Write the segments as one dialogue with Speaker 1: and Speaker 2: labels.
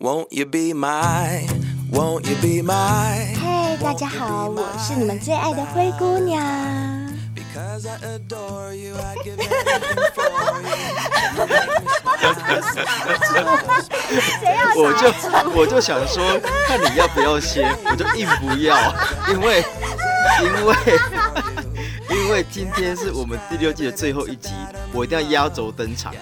Speaker 1: Won't you be my? Won't you be my?
Speaker 2: 嗨，大家好，我是你们最爱的灰姑娘。
Speaker 1: Because I adore you, I give everything for you.
Speaker 2: 谁要
Speaker 3: 我
Speaker 2: 打？
Speaker 3: 就我就想说，看你要不要先，我就硬不要，因为因为因为今天是我们第六季的最后一集，我一定要压轴登场。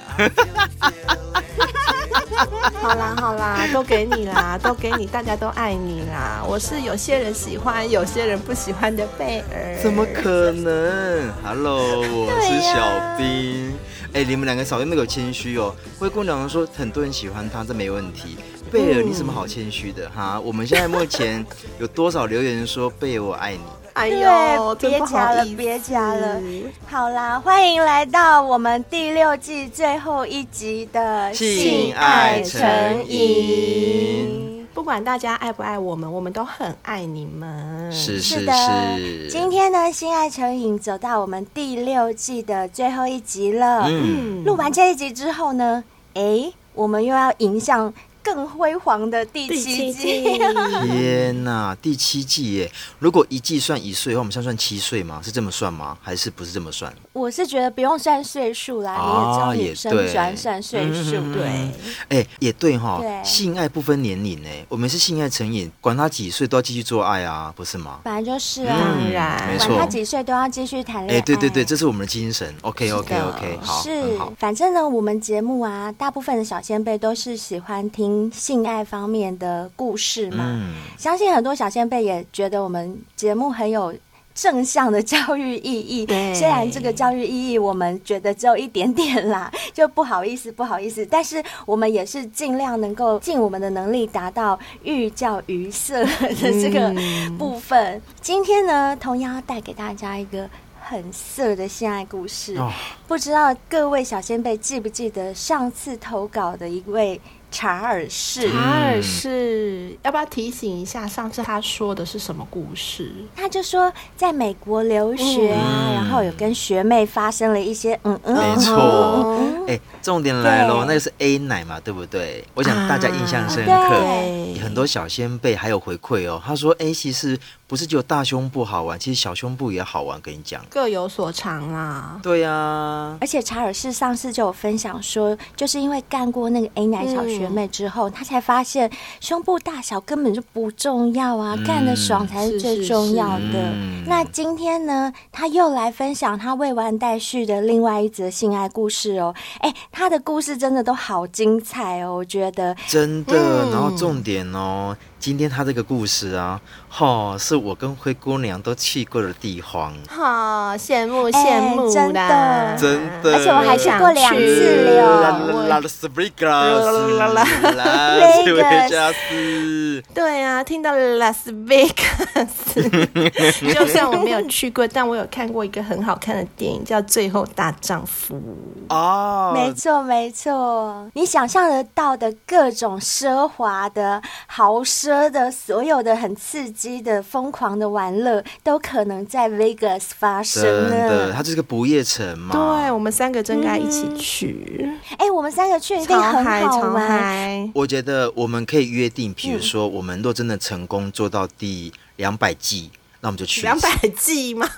Speaker 4: 好啦好啦，都给你啦， 都给你，大家都爱你啦。我是有些人喜欢，有些人不喜欢的贝尔。
Speaker 3: 怎么可能？Hello，我是小兵。哎、你们两个少在那个谦虚哦。灰姑娘说很多人喜欢她，这没问题。贝尔，你什么好谦虚的哈？我们现在目前有多少留言说贝尔我爱你？
Speaker 4: 哎呦，
Speaker 2: 对，别
Speaker 4: 真不
Speaker 2: 夹
Speaker 4: 好
Speaker 2: 了，
Speaker 4: 意思
Speaker 2: 别夹了。好啦，欢迎来到我们第六季最后一集的
Speaker 3: 性爱成
Speaker 2: 瘾
Speaker 3: 瘾。
Speaker 4: 不管大家爱不爱我们，我们都很爱你们。
Speaker 3: 是
Speaker 2: 嗯是
Speaker 3: 是
Speaker 2: 的
Speaker 3: 是，
Speaker 2: 今天呢，《性爱成瘾》走到我们第六季的最后一集了。
Speaker 3: 嗯，
Speaker 4: 嗯
Speaker 2: 录完这一集之后呢，诶，我们又要迎向更辉煌的第
Speaker 4: 第
Speaker 2: 七
Speaker 4: 七
Speaker 2: 季。
Speaker 4: 季，
Speaker 3: 天呐，第七季耶！如果一季算一岁的话，我们现在算七岁吗？是这么算吗？还是不是这么算？
Speaker 2: 我是觉得不用算岁数啦，
Speaker 3: 啊
Speaker 2: 你也
Speaker 3: 也
Speaker 2: 知道女生
Speaker 3: 对
Speaker 2: 喜欢算岁数，
Speaker 3: 嗯
Speaker 4: 对，
Speaker 3: 哎、也对哈
Speaker 2: 对，
Speaker 3: 性爱不分年龄哎，我们是性爱成瘾，管他几岁都要继续做爱啊，不是吗？
Speaker 2: 本来就是啊，
Speaker 4: 当然
Speaker 3: 嗯没
Speaker 2: 管他
Speaker 3: 错。
Speaker 2: 几岁都要继续谈
Speaker 3: 哎、
Speaker 2: 恋爱。
Speaker 3: 对对对，这是我们的精神。OK OK
Speaker 4: 的
Speaker 3: OK，好，
Speaker 2: 是
Speaker 3: 很好，。
Speaker 2: 反正呢，我们节目啊，大部分的小先辈都是喜欢听性爱方面的故事嘛。
Speaker 3: 嗯，
Speaker 2: 相信很多小先辈也觉得我们节目很有正向的教育意义。
Speaker 4: 对
Speaker 2: 虽然这个教育意义我们觉得只有一点点啦， 就不好意思，不好意思。但是我们也是尽量能够尽我们的能力达到寓教于色的这个部分。今天呢，同样要带给大家一个。很色的性爱故事，
Speaker 3: 哦，
Speaker 2: 不知道各位小先辈记不记得上次投稿的一位查尔
Speaker 3: 嗯
Speaker 2: 士？
Speaker 4: 查尔是要不要提醒一下？上次他说的是什么故事？
Speaker 2: 他就说在美国留学啊，
Speaker 3: 嗯
Speaker 2: 然后有跟学妹发生了一些嗯嗯，
Speaker 3: 没
Speaker 2: 嗯
Speaker 3: 错。
Speaker 4: 哦
Speaker 2: 嗯
Speaker 3: 哎、重点来喽，
Speaker 2: 对
Speaker 3: 那个是 A 奶嘛，对不对？我想大家印象深刻。
Speaker 2: 啊对
Speaker 3: 很多小先辈还有回馈哦，他说：“哎、其实不是只有大胸部好玩，其实小胸部也好玩。”跟你讲，
Speaker 4: 各有所长啦。
Speaker 3: 对呀、啊，
Speaker 2: 而且查尔斯上次就有分享说，就是因为干过那个 A 奶小学妹之后，他才发现胸部大小根本就不重要啊，
Speaker 3: 嗯
Speaker 2: 干得爽才是最重要的。
Speaker 3: 是是是嗯
Speaker 2: 那今天呢，他又来分享他未完待续的另外一则性爱故事哦。哎，他的故事真的都好精彩哦，我觉得。
Speaker 3: 真的。
Speaker 4: 嗯
Speaker 3: 然后重点哦，今天他这个故事啊，吼，是我跟灰姑娘都去过的地方。
Speaker 4: 好羡慕羡慕
Speaker 2: 哎
Speaker 4: 啦，
Speaker 3: 真的
Speaker 2: 而且我还去过两次了
Speaker 3: 嗯
Speaker 4: 哦
Speaker 3: 啦
Speaker 2: 哟
Speaker 3: 啦啦，斯布里格拉斯，
Speaker 4: 啦
Speaker 3: 啦
Speaker 4: 啦
Speaker 3: 啦，斯维加斯。
Speaker 4: 对啊，听到 Las Vegas，就算我没有去过，但我有看过一个很好看的电影，叫《最后大丈夫》。
Speaker 3: 哦，
Speaker 2: 没错，没错，你想象得到的各种奢华的、豪奢的、所有的很刺激的、疯狂的玩乐，都可能在 Vegas 发生
Speaker 3: 真的，
Speaker 2: 呢。
Speaker 3: 它就是个不夜城嘛。
Speaker 4: 对，我们三个真该一起去，
Speaker 2: 哎、我们三个去一定
Speaker 4: 超
Speaker 2: 很
Speaker 4: 嗨
Speaker 2: 好
Speaker 4: 超
Speaker 2: 玩。
Speaker 4: 嗨！
Speaker 3: 我觉得我们可以约定，比如说，我们若真的成功做到第两百季，那我们就去一次 哦
Speaker 4: 两百季吗？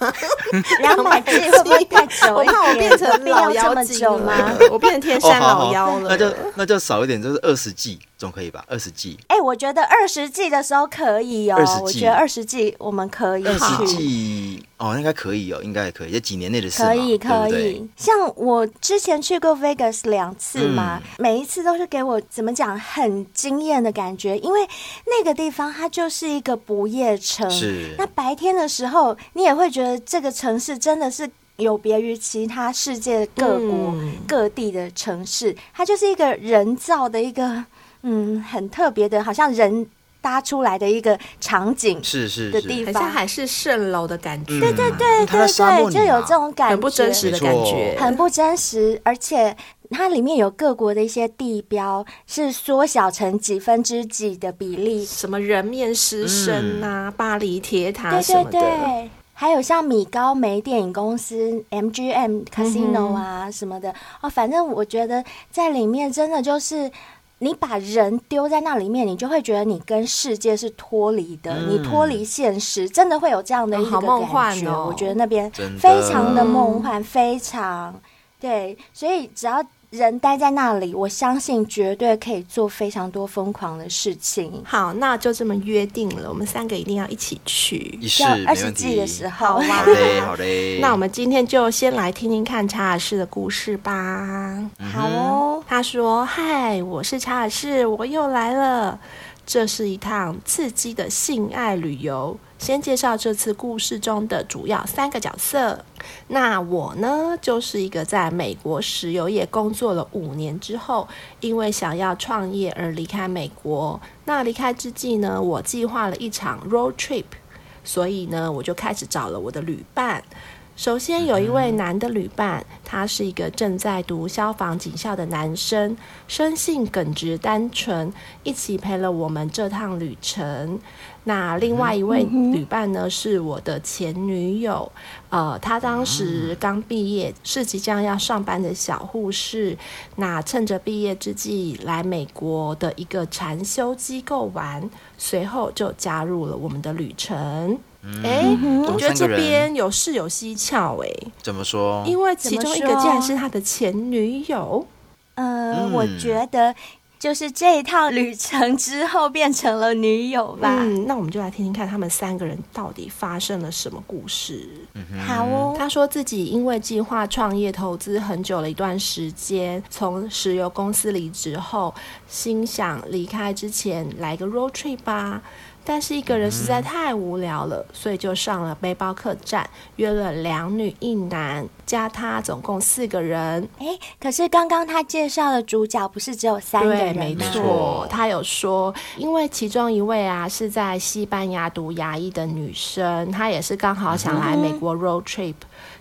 Speaker 2: 两百季会不会太久
Speaker 4: 我
Speaker 2: 一点？
Speaker 4: 怕我变成
Speaker 2: 有
Speaker 4: 老
Speaker 2: 必要这
Speaker 4: 妖
Speaker 2: 么
Speaker 4: 精
Speaker 2: 久吗？
Speaker 4: 了，我变成天
Speaker 3: 哦，
Speaker 4: 山
Speaker 3: 好
Speaker 4: 老
Speaker 3: 好
Speaker 4: 妖
Speaker 3: 好，哦
Speaker 4: 了。
Speaker 3: 那就那就少一点，就是二十季总可以吧？二十季，
Speaker 2: 哎、我觉得二十季的时候可以哦
Speaker 3: 20。季
Speaker 2: 我觉得二十季我们可以
Speaker 3: 二十
Speaker 2: 去。
Speaker 3: 季哦，应该可以哦，应该也可以，这几年内的事嘛，
Speaker 2: 可以
Speaker 3: 对不
Speaker 2: 可
Speaker 3: 对
Speaker 2: 以，像我之前去过 Vegas 两次
Speaker 3: 嗯
Speaker 2: 嘛，每一次都是给我怎么讲很惊艳的感觉，因为那个地方它就是一个不夜城。
Speaker 3: 是
Speaker 2: 那白天的时候，你也会觉得这个城市真的是有别于其他世界各国、
Speaker 4: 嗯
Speaker 2: 各地的城市，它就是一个人造的一个嗯很特别的，好像人搭出来的一个场景
Speaker 3: 是是
Speaker 2: 的
Speaker 3: 是，
Speaker 2: 地
Speaker 4: 很像
Speaker 2: 方。
Speaker 4: 海市蜃楼的感觉，
Speaker 3: 对对
Speaker 2: 对
Speaker 3: 对他
Speaker 2: 对
Speaker 3: 在沙
Speaker 2: 对，
Speaker 3: 漠里
Speaker 2: 就有
Speaker 3: 嘛
Speaker 2: 这种感觉，
Speaker 4: 很不真实的感觉
Speaker 3: 没，
Speaker 2: 很不真实，而且它里面有各国的一些地标是缩小成几分之几的比例，
Speaker 4: 什么人面狮身啊，巴黎铁塔
Speaker 2: 对
Speaker 4: 什
Speaker 2: 对
Speaker 4: 么的。
Speaker 2: 对。还有像米高梅电影公司
Speaker 4: 嗯
Speaker 2: MGM Casino 啊什么的、哦，反正我觉得在里面真的就是你把人丢在那里面，你就会觉得你跟世界是脱离的，
Speaker 3: 嗯
Speaker 2: 你脱离现实，真的会有这样的一个
Speaker 4: 好梦
Speaker 2: 感
Speaker 4: 幻
Speaker 2: 觉。
Speaker 4: 哦
Speaker 2: 我觉得那边
Speaker 3: 真的
Speaker 2: 非常的梦幻，非常对，所以只要。人待在那里，我相信绝对可以做非常多疯狂的事情。
Speaker 4: 好，那就这么约定了，我们三个一定要一起去。
Speaker 3: 一试
Speaker 2: 要
Speaker 3: 没
Speaker 2: 二十
Speaker 3: 问
Speaker 2: 季
Speaker 3: 题。
Speaker 2: 的时候
Speaker 4: 好，啊
Speaker 3: 好嘞，好 嘞。
Speaker 4: 那我们今天就先来听听看查尔斯的故事吧。
Speaker 2: 好哦，
Speaker 4: 他说：“嗨，我是查尔斯，我又来了。这是一趟刺激的性爱旅游。先介绍这次故事中的主要三个角色。那我呢，就是一个在美国石油业工作了五年之后，因为想要创业而离开美国。那离开之际呢，我计划了一场 road trip，所以呢，我就开始找了我的旅伴。首先有一位男的旅伴，他是一个正在读消防警校的男生，生性耿直单纯，一起陪了我们这趟旅程。那另外一位旅伴呢，是我的前女友，呃，她当时刚毕业，是即将要上班的小护士，那趁着毕业之际来美国的一个禅修机构玩，随后就加入了我们的旅程。哎、
Speaker 3: 嗯
Speaker 4: 我觉得这边有事有蹊跷哎、
Speaker 3: 怎么说？
Speaker 4: 因为其中一个
Speaker 2: 怎么说
Speaker 4: 竟然是他的前女友，
Speaker 2: 嗯、
Speaker 3: 嗯
Speaker 2: 我觉得就是这一趟旅程之后变成了女友吧。
Speaker 4: 嗯，那我们就来听听看他们三个人到底发生了什么故事。
Speaker 2: 好哦，
Speaker 3: 嗯
Speaker 4: 他说自己因为计划创业投资很久了一段时间，从石油公司离职后，心想离开之前来个 road trip 吧。但是一个人实在太无聊了，所以就上了背包客栈，约了两女一男，加他总共四个人。
Speaker 2: 哎，可是刚刚他介绍的主角不是只有三个
Speaker 4: 对，
Speaker 2: 人吗？
Speaker 4: 没
Speaker 3: 没错
Speaker 4: 错，他有说，因为其中一位啊是在西班牙读牙医的女生，她也是刚好想来美国 road trip，、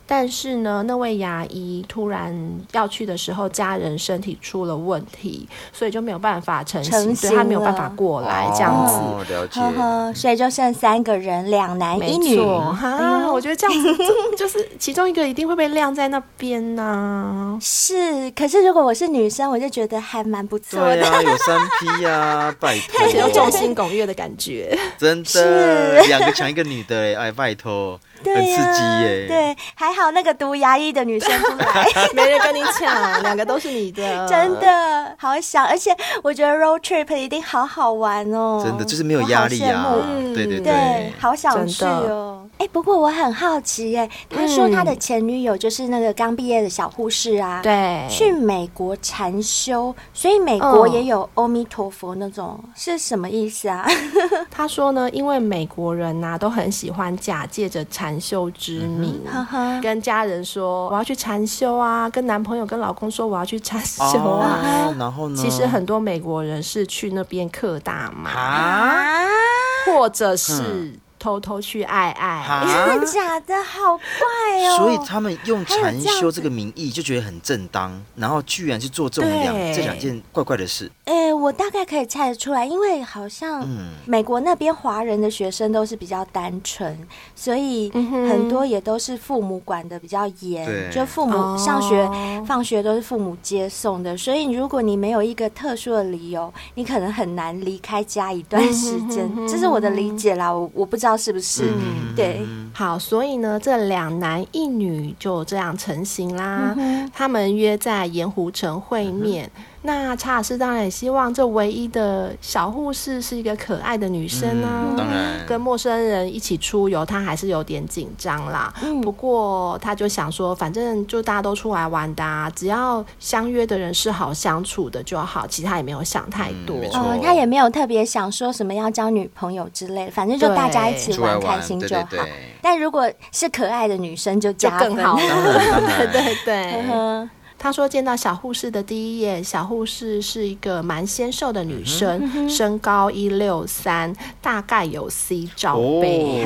Speaker 4: 但是呢，那位牙医突然要去的时候，家人身体出了问题，所以就没有办法成行，
Speaker 2: 成
Speaker 4: 对
Speaker 2: 行
Speaker 4: 他没有办
Speaker 2: 了
Speaker 4: 法过来这样子。
Speaker 3: 哦，了解。
Speaker 2: 呵呵，所以就剩三个人，两男一
Speaker 4: 没
Speaker 2: 女。
Speaker 4: 错，
Speaker 2: 哎
Speaker 4: 哈，
Speaker 2: 呦
Speaker 4: 我觉得这样子这就是其中一个一定会被晾在那边呐、
Speaker 2: 是，可是如果我是女生，我就觉得还蛮不错
Speaker 3: 对
Speaker 2: 的。
Speaker 3: 呀、有三 P 呀、拜托，
Speaker 4: 而且又众星拱月的感觉。
Speaker 3: 真的
Speaker 2: 是
Speaker 3: 两个抢一个女 的哎，哎，拜托，啊很
Speaker 2: 对呀
Speaker 3: 刺激耶。
Speaker 2: 对，还好那个读牙医的女生不来，
Speaker 4: 没人跟你抢，两个都是你
Speaker 3: 嗯
Speaker 4: 的，
Speaker 2: 真。的好想，而且我觉得 road trip 一定好好玩哦，
Speaker 3: 真的就是没有压力
Speaker 2: 我好
Speaker 3: 啊
Speaker 2: 羡慕。
Speaker 3: 对对
Speaker 4: 嗯
Speaker 2: 对，好想去
Speaker 4: 真的嗯
Speaker 2: 哦！哎、不过我很好奇耶，他说他的前女友就是那个刚毕业的小护士啊，，
Speaker 4: 对，
Speaker 2: 去美国禅修，所以美国
Speaker 4: 嗯
Speaker 2: 也有阿弥陀佛那种，是什么意思啊？
Speaker 4: 他说呢，因为美国人呐、都很喜欢假借着禅修之名，
Speaker 2: 哈哈，
Speaker 4: 跟家人说我要去禅修啊，跟男朋友、跟老公说我要去禅修啊。
Speaker 3: 哦，然后呢？
Speaker 4: 其实很多美国人是去那边嗑大麻，
Speaker 3: 啊
Speaker 2: 啊，
Speaker 4: 或者是
Speaker 3: 嗯
Speaker 4: 偷偷去爱爱。
Speaker 3: 啊
Speaker 2: 真，的假的？好怪哦！
Speaker 3: 所以他们用
Speaker 2: 还有
Speaker 3: 禅
Speaker 2: 这样
Speaker 3: 修
Speaker 2: 子
Speaker 3: 这个名义就觉得很正当，然后居然去做这种
Speaker 4: 对
Speaker 3: 两这两件怪怪的事。
Speaker 2: 哎、我大概可以猜得出来，因为好像
Speaker 3: 嗯
Speaker 2: 美国那边华人的学生都是比较单纯，所以
Speaker 4: 嗯哼
Speaker 2: 很多也都是父母管的比较严，
Speaker 3: 对
Speaker 2: 就父
Speaker 4: 哦
Speaker 2: 母上学、放学都是父母接送的，所以如果你没有一个特殊的理由，你可能很难离开家一段时间，
Speaker 4: 嗯哼
Speaker 2: 这是我的理解啦，我我不知道是不是、
Speaker 3: 嗯
Speaker 2: 对。
Speaker 4: 好，所以呢，这两男一女就这样成
Speaker 2: 嗯
Speaker 4: 型啦。
Speaker 2: 啊
Speaker 4: 他们约在盐湖城会
Speaker 3: 嗯
Speaker 4: 面。那查尔斯当然也希望这唯一的小护士是一个可爱的女生啊。
Speaker 3: 嗯当然
Speaker 4: 跟陌生人一起出游，他还是有点紧张啦。
Speaker 3: 嗯
Speaker 4: 不过他就想说，反正就大家都出来玩的、啊，只要相约的人是好相处的就好，其他也没有想太多。
Speaker 3: 嗯没错
Speaker 2: 呃，他也没有特别想说什么要交女朋友之类的，反正就
Speaker 4: 对
Speaker 2: 大家一起
Speaker 3: 出来
Speaker 2: 玩
Speaker 3: 玩
Speaker 2: 开心
Speaker 3: 对
Speaker 2: 就
Speaker 3: 对
Speaker 2: 好。
Speaker 3: 对
Speaker 2: 但如果是可爱的女生就
Speaker 4: 就
Speaker 2: 加分嗯
Speaker 4: 更好
Speaker 3: 当然当
Speaker 4: 了，
Speaker 3: 然
Speaker 4: 对对
Speaker 2: 呵。
Speaker 3: 嗯
Speaker 2: 呵
Speaker 4: 他说见到小护士的第一眼，小护士是一个蛮纤瘦的女生，身高一六三，大概有 C 罩杯。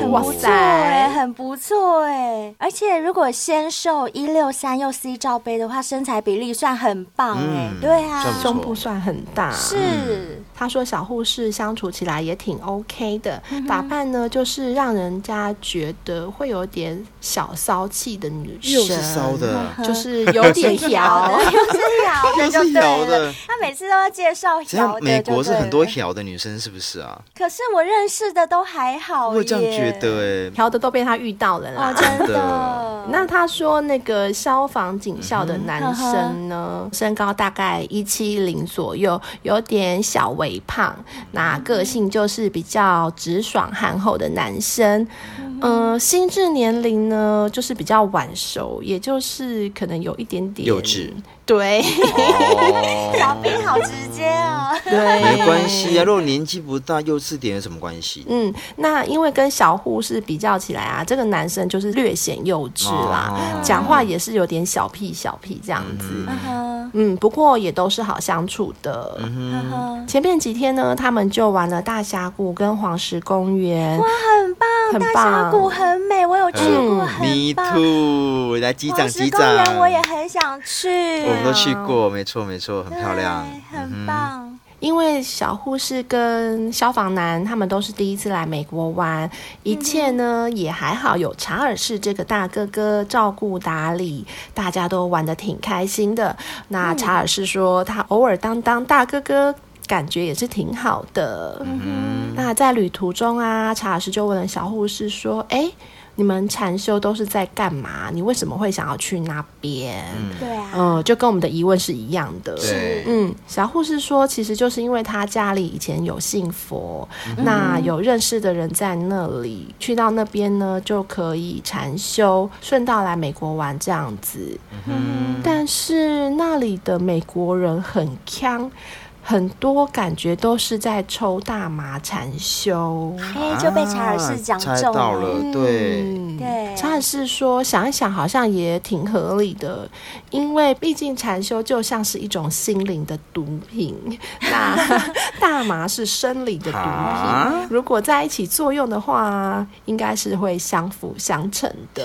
Speaker 3: 哦
Speaker 2: 很
Speaker 4: 哇
Speaker 2: 不错哎、
Speaker 4: 塞！
Speaker 2: 很不错哎、而且如果纤瘦一六三又 C 罩杯的话，身材比例算很棒哎、
Speaker 3: 嗯
Speaker 2: 对
Speaker 3: 算不
Speaker 2: 啊
Speaker 3: 错，嗯
Speaker 4: 胸部算很大，
Speaker 2: 是
Speaker 4: 他说小护士相处起来也挺 OK 的，打扮呢就是让人家觉得会有点小骚气的女
Speaker 2: 啊
Speaker 4: 生，
Speaker 3: 又是骚的，
Speaker 4: 就是有点调
Speaker 2: 摇 的，又是摇的，
Speaker 3: 又
Speaker 2: 就是对
Speaker 3: 摇
Speaker 2: 了
Speaker 3: 的。
Speaker 2: 他每次都要介绍
Speaker 3: 这样
Speaker 2: 摇的，
Speaker 3: 美国是很多
Speaker 2: 就对了，
Speaker 3: 摇的女生，是不是啊？
Speaker 2: 可是我认识的都还好
Speaker 3: 我这样觉
Speaker 2: 哦耶。
Speaker 3: 得哎、
Speaker 4: 调的都被他遇到了啦。
Speaker 2: 哦，真
Speaker 3: 真
Speaker 2: 的
Speaker 3: 的。
Speaker 4: 那他说那个消防警校
Speaker 3: 嗯
Speaker 4: 的男生呢，身高大概一七零左右，有点小微胖，那
Speaker 3: 嗯
Speaker 4: 个性就是比较直爽憨厚的男生。嗯、心智年龄呢就是比较晚熟，也就是可能有一点点
Speaker 3: 幼稚。
Speaker 4: 对
Speaker 3: 哦
Speaker 2: 小兵好直接哦，
Speaker 4: 对，
Speaker 3: 没关系啊，如果年纪不大，幼稚点有什么关系？
Speaker 4: 嗯，那因为跟小护士比较起来啊，这个男生就是略显幼稚啦，
Speaker 3: 哦
Speaker 4: 讲话也是有点小屁小屁这样子。
Speaker 2: 嗯哼
Speaker 4: 嗯，不过也都是好相处的。
Speaker 2: 嗯哼
Speaker 4: 前面几天呢，他们就玩了大峡谷跟黄石公园，
Speaker 2: 很棒，
Speaker 4: 很
Speaker 2: 大峡
Speaker 4: 棒
Speaker 2: 谷很美，我有去过，
Speaker 4: 嗯
Speaker 2: 很
Speaker 3: Me
Speaker 2: 棒。
Speaker 3: too，来击掌
Speaker 2: 黄石
Speaker 3: 击
Speaker 2: 公
Speaker 3: 掌。
Speaker 2: 园我也很想去，
Speaker 3: 我们都去过，没错没错，很漂亮，
Speaker 2: 对很棒。
Speaker 4: 因为小护士跟消防男他们都是第一次来美国玩，一切呢、也还好，有查尔斯这个大哥哥照顾打理，大家都玩的挺开心的。那查尔斯说他偶尔当当大哥哥。感觉也是挺好的。那在旅途中啊，查尔斯就问了小护士说：“哎、你们禅修都是在干嘛？你为什么会想要去那边？”
Speaker 2: 对啊，
Speaker 4: 嗯、就跟我们的疑问是一样的。
Speaker 3: 对，
Speaker 4: 嗯，小护士说，其实就是因为她家里以前有信佛，那有认识的人在那里，去到那边呢就可以禅修，顺道来美国玩这样子。
Speaker 3: 嗯
Speaker 2: 嗯
Speaker 4: 但是那里的美国人很强，很多感觉都是在抽大麻禅修。
Speaker 2: 哎，就被查尔斯讲
Speaker 3: 啊猜
Speaker 2: 中
Speaker 3: 到了， 对，
Speaker 4: 嗯
Speaker 2: 对
Speaker 4: 查尔斯说：“想一想，好像也挺合理的，因为毕竟禅修就像是一种心灵的毒 品，那大麻是生理的毒
Speaker 3: 啊
Speaker 4: 品。如果在一起作用的话，应该是会相辅相成的，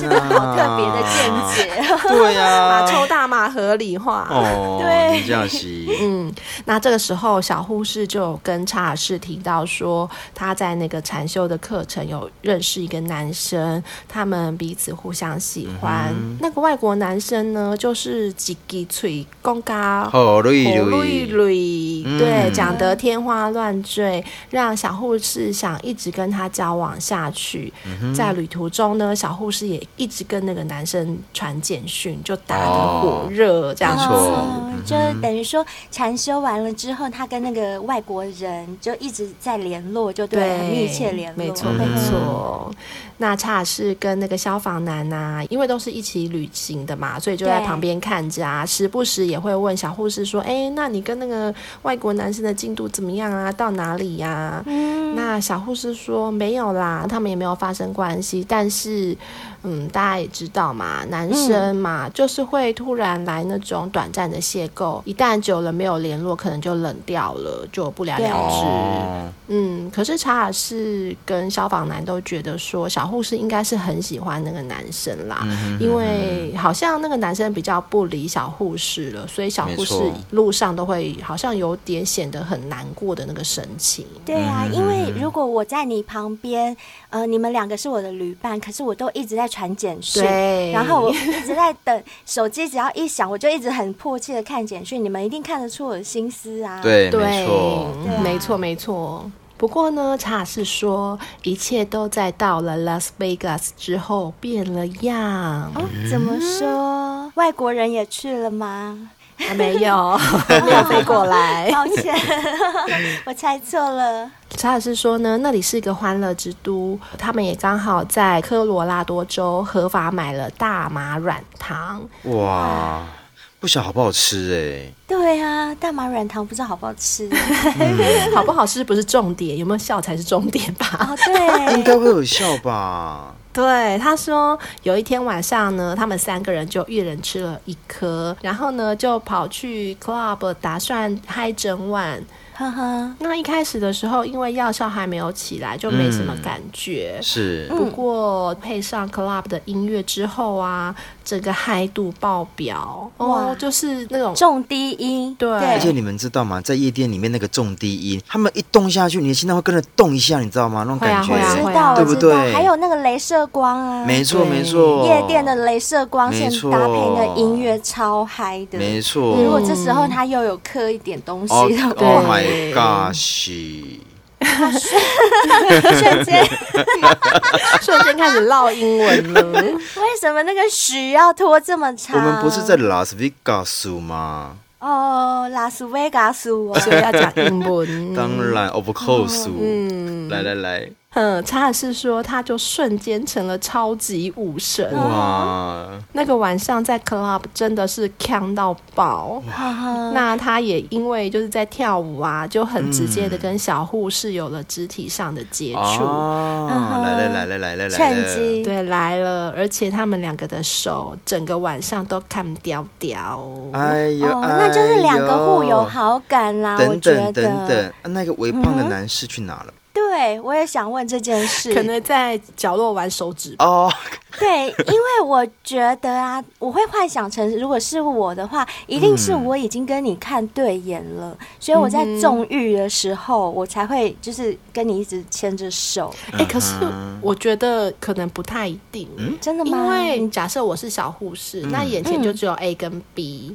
Speaker 3: 天啊哪，
Speaker 2: 好特别的见解。
Speaker 3: 对
Speaker 4: 把
Speaker 3: 呀，
Speaker 4: 抽大麻合理化。
Speaker 3: 哦，
Speaker 2: 对
Speaker 3: 你这样洗，
Speaker 4: 嗯，那这个时候小护士就跟查尔斯提到说，他在那个禅修的课程有认识一个男生，他们彼此互相喜欢。
Speaker 3: 嗯
Speaker 4: 那个外国男生呢，就是几滴嘴公嘎。
Speaker 3: 好绿
Speaker 4: 火
Speaker 3: 绿，
Speaker 4: 绿绿，
Speaker 3: 嗯
Speaker 4: 对，讲得天花乱坠，让小护士想一直跟他交往下去。
Speaker 3: 嗯
Speaker 4: 在旅途中呢，小护士也一直跟那个男生传简讯，就打得火
Speaker 3: 哦
Speaker 4: 热这样子。
Speaker 3: 没错
Speaker 2: 嗯就等于说禅修完了之后，他跟那个外国人就一直在联络，就对了，很密切联络，
Speaker 4: 没错
Speaker 2: 嗯
Speaker 4: 没错。那查尔斯跟那个消防男呐、因为都是一起旅行的嘛，所以就在
Speaker 2: 对
Speaker 4: 旁边看着啊，时不时也会问小护士说：“哎，那你跟那个外国男生的进度怎么样啊？到哪里呀、
Speaker 2: 嗯
Speaker 4: 那小护士说：“没有啦，他们也没有发生关系，但是。”嗯，大家也知道嘛，男生嘛，
Speaker 2: 嗯
Speaker 4: 就是会突然来那种短暂的邂逅，一旦久了没有联络，可能就冷掉了，就不了了之。
Speaker 3: 哦，
Speaker 4: 嗯，可是查尔斯跟消防男都觉得说，小护士应该是很喜欢那个男生
Speaker 3: 嗯
Speaker 4: 啦，因为好像那个男生比较不理小护士了，所以小护士
Speaker 3: 没错
Speaker 4: 路上都会好像有点显得很难过的那个神情。
Speaker 2: 对
Speaker 3: 嗯
Speaker 2: 啊，因为如果我在你旁边，呃，你们两个是我的旅伴，可是我都一直在传简讯，
Speaker 4: 对
Speaker 2: 然后我一直在等手机，只要一响，我就一直很迫切的看简讯，你们一定看得出我的心思啊。，
Speaker 3: 对，
Speaker 4: 对，
Speaker 3: 没错，
Speaker 4: 嗯
Speaker 2: 对啊
Speaker 4: 没错，没错。不过呢，查尔斯说，一切都在到了 Las Vegas 之后变了 样。啊
Speaker 2: 哦，怎么说？
Speaker 3: 嗯
Speaker 2: 外国人也去了吗？
Speaker 4: 还没 有，没有飞过
Speaker 3: 哎
Speaker 4: 来。
Speaker 2: 抱歉，我猜错了。
Speaker 4: 查尔斯说呢，那里是一个欢乐之都，他们也刚好在科罗拉多州合法买了大麻软糖。
Speaker 3: 哇，不晓得好不好吃欸
Speaker 2: 对啊，大麻软糖不知道好不好 吃
Speaker 4: 好不好吃不是重点，有没有效才是重点 吧？
Speaker 2: 哦。
Speaker 3: 哎，应该
Speaker 2: 对，
Speaker 3: 会有效吧？
Speaker 4: 对，他说有一天晚上呢，他们三个人就一人吃了一颗，然后呢就跑去 club 打算嗨整晚。
Speaker 2: 呵呵，
Speaker 4: 那一开始的时候，因为药效还没有起来，就没什么感觉。
Speaker 3: 是，
Speaker 4: 不过配上 club 的音乐之后啊，整个嗨度爆表
Speaker 2: 哇
Speaker 4: 哦，就是那种
Speaker 2: 重低音，
Speaker 4: 对
Speaker 3: 而且你们知道吗？在夜店里面那个重低音，他们一动下去，你的心脏会跟着动一下，你知道吗？那种
Speaker 4: 会啊
Speaker 3: 感觉，
Speaker 4: 会啊
Speaker 2: 知
Speaker 4: 会
Speaker 2: 道，
Speaker 3: 对
Speaker 2: 我
Speaker 3: 不
Speaker 2: 知道，
Speaker 3: 对
Speaker 2: 还有那个镭射射光啊，
Speaker 3: 没错
Speaker 4: 对
Speaker 3: 没错，
Speaker 2: 夜店的镭射光线
Speaker 3: 没错
Speaker 2: 搭配那音乐超嗨的。
Speaker 3: 没错。
Speaker 2: 如果这时候他又有刻一点东西
Speaker 3: 哦
Speaker 2: 的
Speaker 4: 对
Speaker 2: 话，
Speaker 3: ，Oh my gosh！
Speaker 2: 瞬间
Speaker 4: 瞬间开始唠英文了。
Speaker 2: 为什么那个许要拖这么长？
Speaker 3: 我们不是在 Las Vegas 吗？
Speaker 2: 哦，拉斯维加斯哦，
Speaker 4: 所以要讲英
Speaker 2: 嗯
Speaker 4: 文。
Speaker 3: 当然，of course。
Speaker 4: 嗯
Speaker 3: 来来来，
Speaker 4: 嗯，查尔斯说，他就瞬间成了超级武神。
Speaker 2: 哦
Speaker 3: 哇！
Speaker 4: 那个晚上在 club 真的是呛到爆。
Speaker 2: 哈哈
Speaker 4: 那他也因为就是在跳舞啊，就很直接的跟小护士有了肢体上的接触。
Speaker 2: 嗯
Speaker 3: 哦，
Speaker 2: 哼
Speaker 3: 来来来来来来来，
Speaker 2: 趁机
Speaker 4: 对，来了，而且他们两个的手整个晚上都看雕雕。
Speaker 3: 哎呦，
Speaker 2: 哦，那就是两个互有
Speaker 3: 哎呦。
Speaker 2: 好感啦，我
Speaker 3: 等
Speaker 2: 觉
Speaker 3: 等
Speaker 2: 得。嗯
Speaker 3: 等等，啊那个微胖的男士去哪了？
Speaker 2: 对，我也想问这件事。
Speaker 4: 可能在角落玩手指吧。
Speaker 3: 哦，
Speaker 2: 对，因为我觉得啊，我会幻想成，如果是我的话，一定是我已经跟你看对眼了，所以我在纵欲的时候，我才会就是跟你一直牵着手。
Speaker 3: 哦
Speaker 4: 哎、可是
Speaker 3: 嗯
Speaker 4: 我觉得可能不太一定。
Speaker 2: 真的吗？嗯
Speaker 4: 因为假设我是小护
Speaker 3: 嗯
Speaker 4: 士，那眼前就只有 A 跟 B，、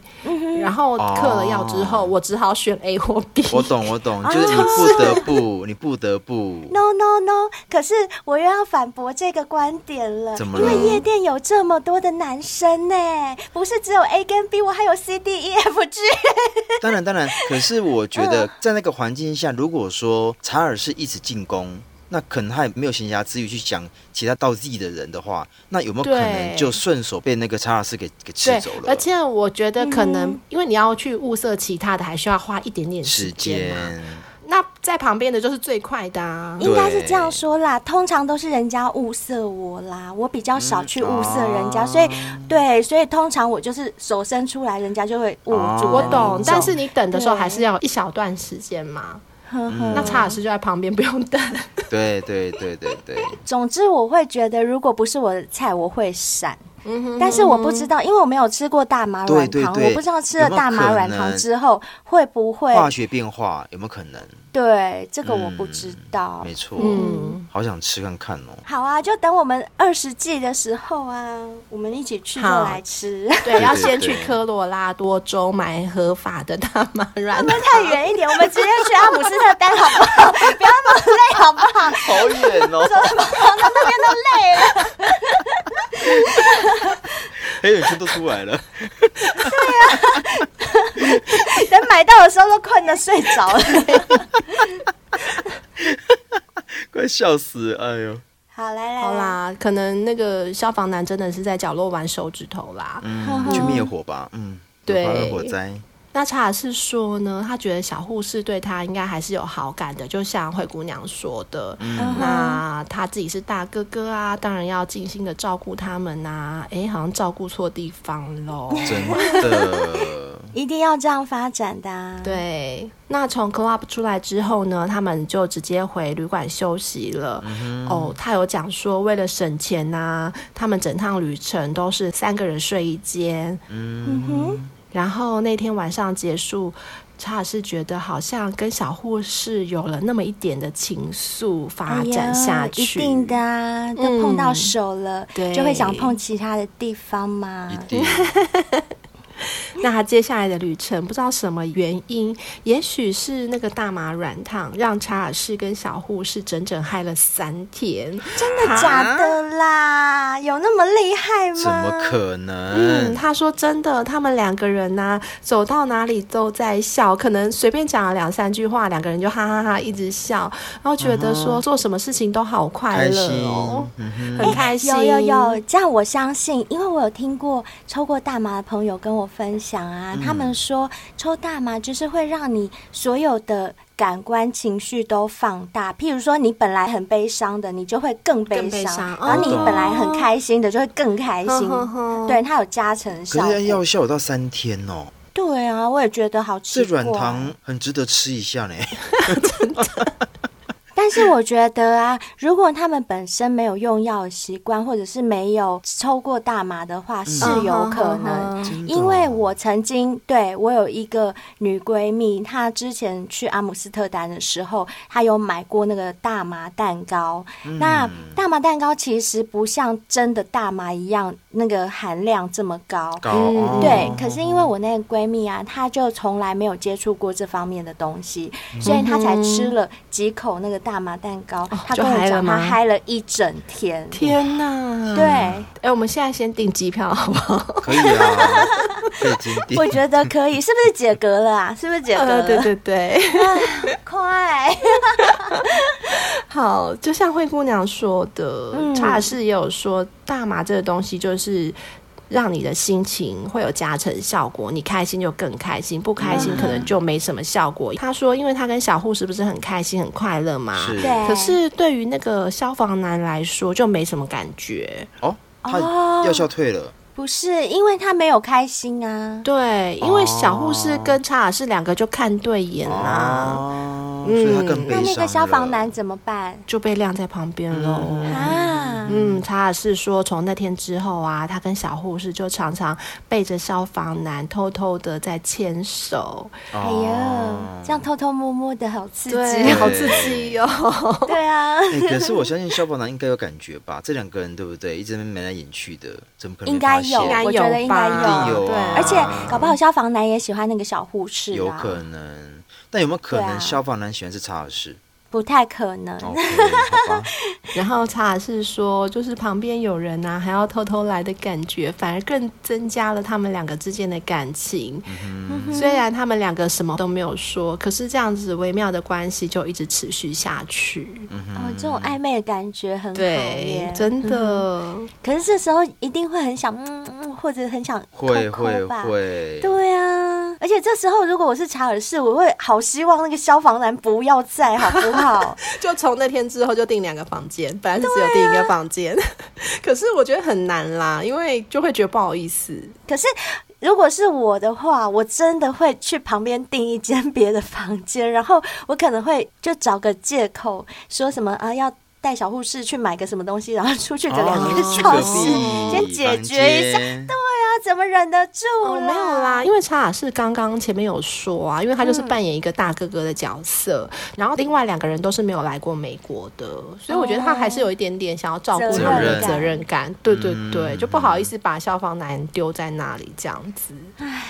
Speaker 4: 然后嗑了药之后，
Speaker 3: 哦
Speaker 4: 我只好选 A 或 B。
Speaker 3: 我懂我
Speaker 4: 啊
Speaker 3: 懂，就是你不得不， 你不得不，
Speaker 2: No no no！可是我又要反驳这个观点了，
Speaker 3: 怎么
Speaker 2: 因为
Speaker 3: 了
Speaker 2: 夜店有这么多的男生呢，不是只有 A 跟 B，我还有 C D E F G。
Speaker 3: 当然当然，可是我觉
Speaker 4: 嗯
Speaker 3: 得在那个环境下，如果说查尔是一直进攻，那可能他也没有闲暇之余去想其他到 Z 的人的话，那有没有可能
Speaker 4: 对
Speaker 3: 就顺手被那个查尔斯给给吃
Speaker 4: 对
Speaker 3: 走，了？
Speaker 4: 而且我觉得可
Speaker 2: 嗯
Speaker 4: 能、因为你要去物色其他的，还需要花一点点
Speaker 3: 时
Speaker 4: 时
Speaker 3: 间嗯
Speaker 4: 间嘛。那在旁边的就是最快的啊。
Speaker 2: 应该是这样说啦，通常都是人家物色我啦，我比较
Speaker 3: 嗯
Speaker 2: 少去物色人家，
Speaker 3: 啊
Speaker 2: 所以对，所以通常我就是手伸出来，人家就会握住
Speaker 3: 啊
Speaker 2: 的
Speaker 4: 我
Speaker 2: 那
Speaker 4: 懂
Speaker 2: 种，
Speaker 4: 但是你等的时候
Speaker 2: 对
Speaker 4: 还是要有一小段时间嘛。
Speaker 2: 呵呵
Speaker 4: 那查尔斯就在旁边，不用等。
Speaker 3: 对对对对 对，
Speaker 2: 总之，我会觉得如果不是我的菜，我会闪。
Speaker 3: 嗯
Speaker 2: 但是我不知道，因为我没有吃过大麻软糖，
Speaker 3: 对对对
Speaker 2: 我不知道吃了大麻软
Speaker 3: 有没有可
Speaker 2: 糖
Speaker 3: 能
Speaker 2: 之后会不会
Speaker 3: 化学变化有没有可能？
Speaker 2: 对这个我不知道。
Speaker 3: 没错，
Speaker 4: 嗯
Speaker 3: 好想吃看看哦。
Speaker 2: 好啊，就等我们二十季的时候啊，我们一起去就
Speaker 4: 好
Speaker 2: 来吃。
Speaker 4: 对，要
Speaker 3: 对
Speaker 4: 先去
Speaker 3: 对
Speaker 4: 科罗拉多州买合法的大麻软糖。
Speaker 2: 太远一点，我们直接去阿姆斯特丹好不好？不要那么累好不好？
Speaker 3: 好远哦，
Speaker 2: 跑到那边都累了。
Speaker 3: 黑眼圈都出来了。
Speaker 2: 等买到的时候都困得睡着了。
Speaker 3: 快笑死！哎呦，
Speaker 2: 好，来来
Speaker 4: 好
Speaker 2: 来，
Speaker 4: 啦，可能那个消防男真的是在角落玩手指头啦。
Speaker 3: 嗯，去灭火吧，嗯，
Speaker 4: 对
Speaker 3: 发生火灾，
Speaker 4: 那查尔斯说呢，他觉得小护士对他应该还是有好感的，就像灰姑娘说的，
Speaker 3: 嗯
Speaker 4: 那他自己是大哥哥啊，当然要尽心的照顾他们呐、啊。哎，好像照顾错地方喽。
Speaker 3: 真的，
Speaker 2: 一定要这样发展的、啊。，
Speaker 4: 对，那从 club 出来之后呢，他们就直接回旅馆休息了。
Speaker 2: 嗯
Speaker 4: 哦，他有讲说，为了省钱呐、他们整趟旅程都是三个人睡一间。
Speaker 2: 嗯哼，
Speaker 4: 然后那天晚上结束，查尔斯觉得好像跟小护士有了那么一点的情愫，发展下
Speaker 2: 哎呀一
Speaker 4: 去。
Speaker 2: 定的、啊，都碰到手了，
Speaker 4: 对
Speaker 2: 就会想碰其他的地方嘛
Speaker 3: 一。啊定
Speaker 4: 那他接下来的旅程，不知道什么原因，也许是那个大麻软糖让查尔斯跟小护士整整嗨了三天。
Speaker 2: 真的假的啦？有那么厉害吗？
Speaker 3: 怎么可能？
Speaker 4: 嗯，他说真的，他们两个人呢、走到哪里都在笑，可能随便讲了两三句话，两个人就哈哈哈一直笑，然后觉得说做什么事情都好快
Speaker 3: 嗯开
Speaker 4: 乐
Speaker 3: 心
Speaker 4: 哦，，
Speaker 3: 嗯哼，
Speaker 4: 很开心，
Speaker 2: 有有有，这样我相信，因为我有听过抽过大麻的朋友跟我分享啊，
Speaker 4: 嗯
Speaker 2: 他们说抽大麻就是会让你所有的感官情绪都放大，譬如说你本来很悲伤的，你就会更悲
Speaker 4: 更悲
Speaker 2: 伤
Speaker 4: 伤，
Speaker 2: 然后你
Speaker 3: 哦
Speaker 2: 本来很开心的就会更开心
Speaker 4: 哼哼，哼
Speaker 2: 对，它有加成效
Speaker 3: 可是
Speaker 2: 果。
Speaker 3: 要效有到三天哦，
Speaker 2: 对啊，我也觉得好
Speaker 3: 这
Speaker 2: 奇怪，
Speaker 3: 软糖很值得吃一下呢。
Speaker 2: 但是我觉得啊，如果他们本身没有用药的习惯，或者是没有抽过大麻的话，
Speaker 4: 嗯
Speaker 2: 是有可能。
Speaker 3: 真的
Speaker 2: 嗯因为
Speaker 3: 哦
Speaker 2: 我曾经对我有一个女闺蜜，她之前去阿姆斯特丹的时候，她有买过那个大麻蛋糕。
Speaker 4: 嗯
Speaker 2: 那大麻蛋糕其实不像真的大麻一样，那个含量这么高。
Speaker 3: 高
Speaker 4: 嗯
Speaker 3: 哦
Speaker 2: 对，可是因为我那个闺蜜啊，她就从来没有接触过这方面的东西，
Speaker 4: 嗯
Speaker 2: 所以她才吃了几口那个大麻蛋糕。她
Speaker 4: 哦就
Speaker 2: 跟我
Speaker 4: 嗨了
Speaker 2: 讲，她
Speaker 4: 吗
Speaker 2: 嗨了一整天。
Speaker 4: 天哪！
Speaker 2: 对，，
Speaker 4: 哎、我们现在先订机票好不好？
Speaker 3: 可以啊，可以经 典
Speaker 2: 我。觉得可以，是不是解隔了啊？是不是解隔了？
Speaker 4: 呃 对对对，
Speaker 2: 快！
Speaker 4: 好，就像灰姑娘说的，
Speaker 2: 嗯
Speaker 4: 查尔斯也有说，大麻这个东西就是。让你的心情会有加成效果，你开心就更开心，不开
Speaker 3: 嗯
Speaker 4: 心可能就没什么效果。他说，因为他跟小护士不是很开心、很快乐嘛，
Speaker 3: 是，
Speaker 2: 对
Speaker 4: 可是对于那个消防男来说就没什么感觉。
Speaker 3: 哦，他
Speaker 2: 哦
Speaker 3: 药效退了，
Speaker 2: 不是因为他没有开心啊，
Speaker 4: 对，因为小护士
Speaker 3: 哦
Speaker 4: 跟查尔斯两个就看对眼啦、
Speaker 3: 哦，所以他更悲
Speaker 2: 那
Speaker 3: 伤
Speaker 2: 那个消防
Speaker 3: 了
Speaker 2: 男怎么办
Speaker 4: 就被晾在旁边喽。
Speaker 3: 嗯
Speaker 2: 啊？
Speaker 4: 嗯，查尔斯说，从那天之后啊，他跟小护士就常常背着消防男偷偷的在牵手，
Speaker 2: 哎
Speaker 3: 哦
Speaker 2: 呀，这样偷偷摸摸的好哦刺
Speaker 4: 对，
Speaker 2: 激，
Speaker 4: 好刺激哟、
Speaker 2: 对 啊，
Speaker 3: 哎、可是我相信消防男应该有感觉吧？这两个人对不对？一直眉来眼去的，怎么可能没
Speaker 2: 应该
Speaker 3: 发现？
Speaker 2: 有，我觉得应该
Speaker 4: 吧
Speaker 3: 一定有
Speaker 2: 有，
Speaker 3: 啊
Speaker 2: 而且搞不好消防男也喜欢那个小护士
Speaker 3: 有
Speaker 2: 啊，
Speaker 3: 可能。但有没有可
Speaker 2: 对啊嗯
Speaker 3: 能消防男喜欢是查尔斯
Speaker 2: 不太可能。
Speaker 3: ？OK，好吧，
Speaker 4: 然后查尔斯说，就是旁边有人啊，还要偷偷来的感觉，反而更增加了他们两个之间的感情。
Speaker 3: 嗯
Speaker 2: 嗯
Speaker 4: 虽然他们两个什么都没有说，可是这样子微妙的关系就一直持续下去。
Speaker 2: 哦，这种暧昧的感觉很嗯好
Speaker 4: 对
Speaker 2: 耶，，
Speaker 4: 真的。
Speaker 2: 可是这时候一定会很想，嗯嗯，或者很想
Speaker 3: 会
Speaker 2: 抠抠
Speaker 3: 会
Speaker 2: 吧。
Speaker 3: 会，
Speaker 2: 对啊，而且这时候如果我是查尔斯，我会好希望那个消防男不要在，好不好？
Speaker 4: 就从那天之后就订两个房间，本来是只有订一个房间， 可是我觉得很难啦，因为就会觉得不好意思。
Speaker 2: 可是如果是我的话，我真的会去旁边订一间别的房间，然后我可能会就找个借口说什么啊要。带小护士去买个什么东西，然后出去个两个
Speaker 3: 哦去
Speaker 2: 小
Speaker 3: 隔
Speaker 2: 时，先
Speaker 3: 壁
Speaker 2: 解
Speaker 3: 房
Speaker 2: 决一下。
Speaker 3: 间
Speaker 2: 那怎么忍得住
Speaker 4: 哦，没有啦，因为查尔斯刚刚前面有说啊，因为他就是扮演一个大哥哥的角色，然后另外两个人都是没有来过美国的，所以我觉得他还是有一点点想要照顾
Speaker 2: 责
Speaker 4: 他们
Speaker 3: 任
Speaker 4: 的责任感。对对
Speaker 3: 嗯
Speaker 4: 对，就不好意思把消防男丢在那里这样子，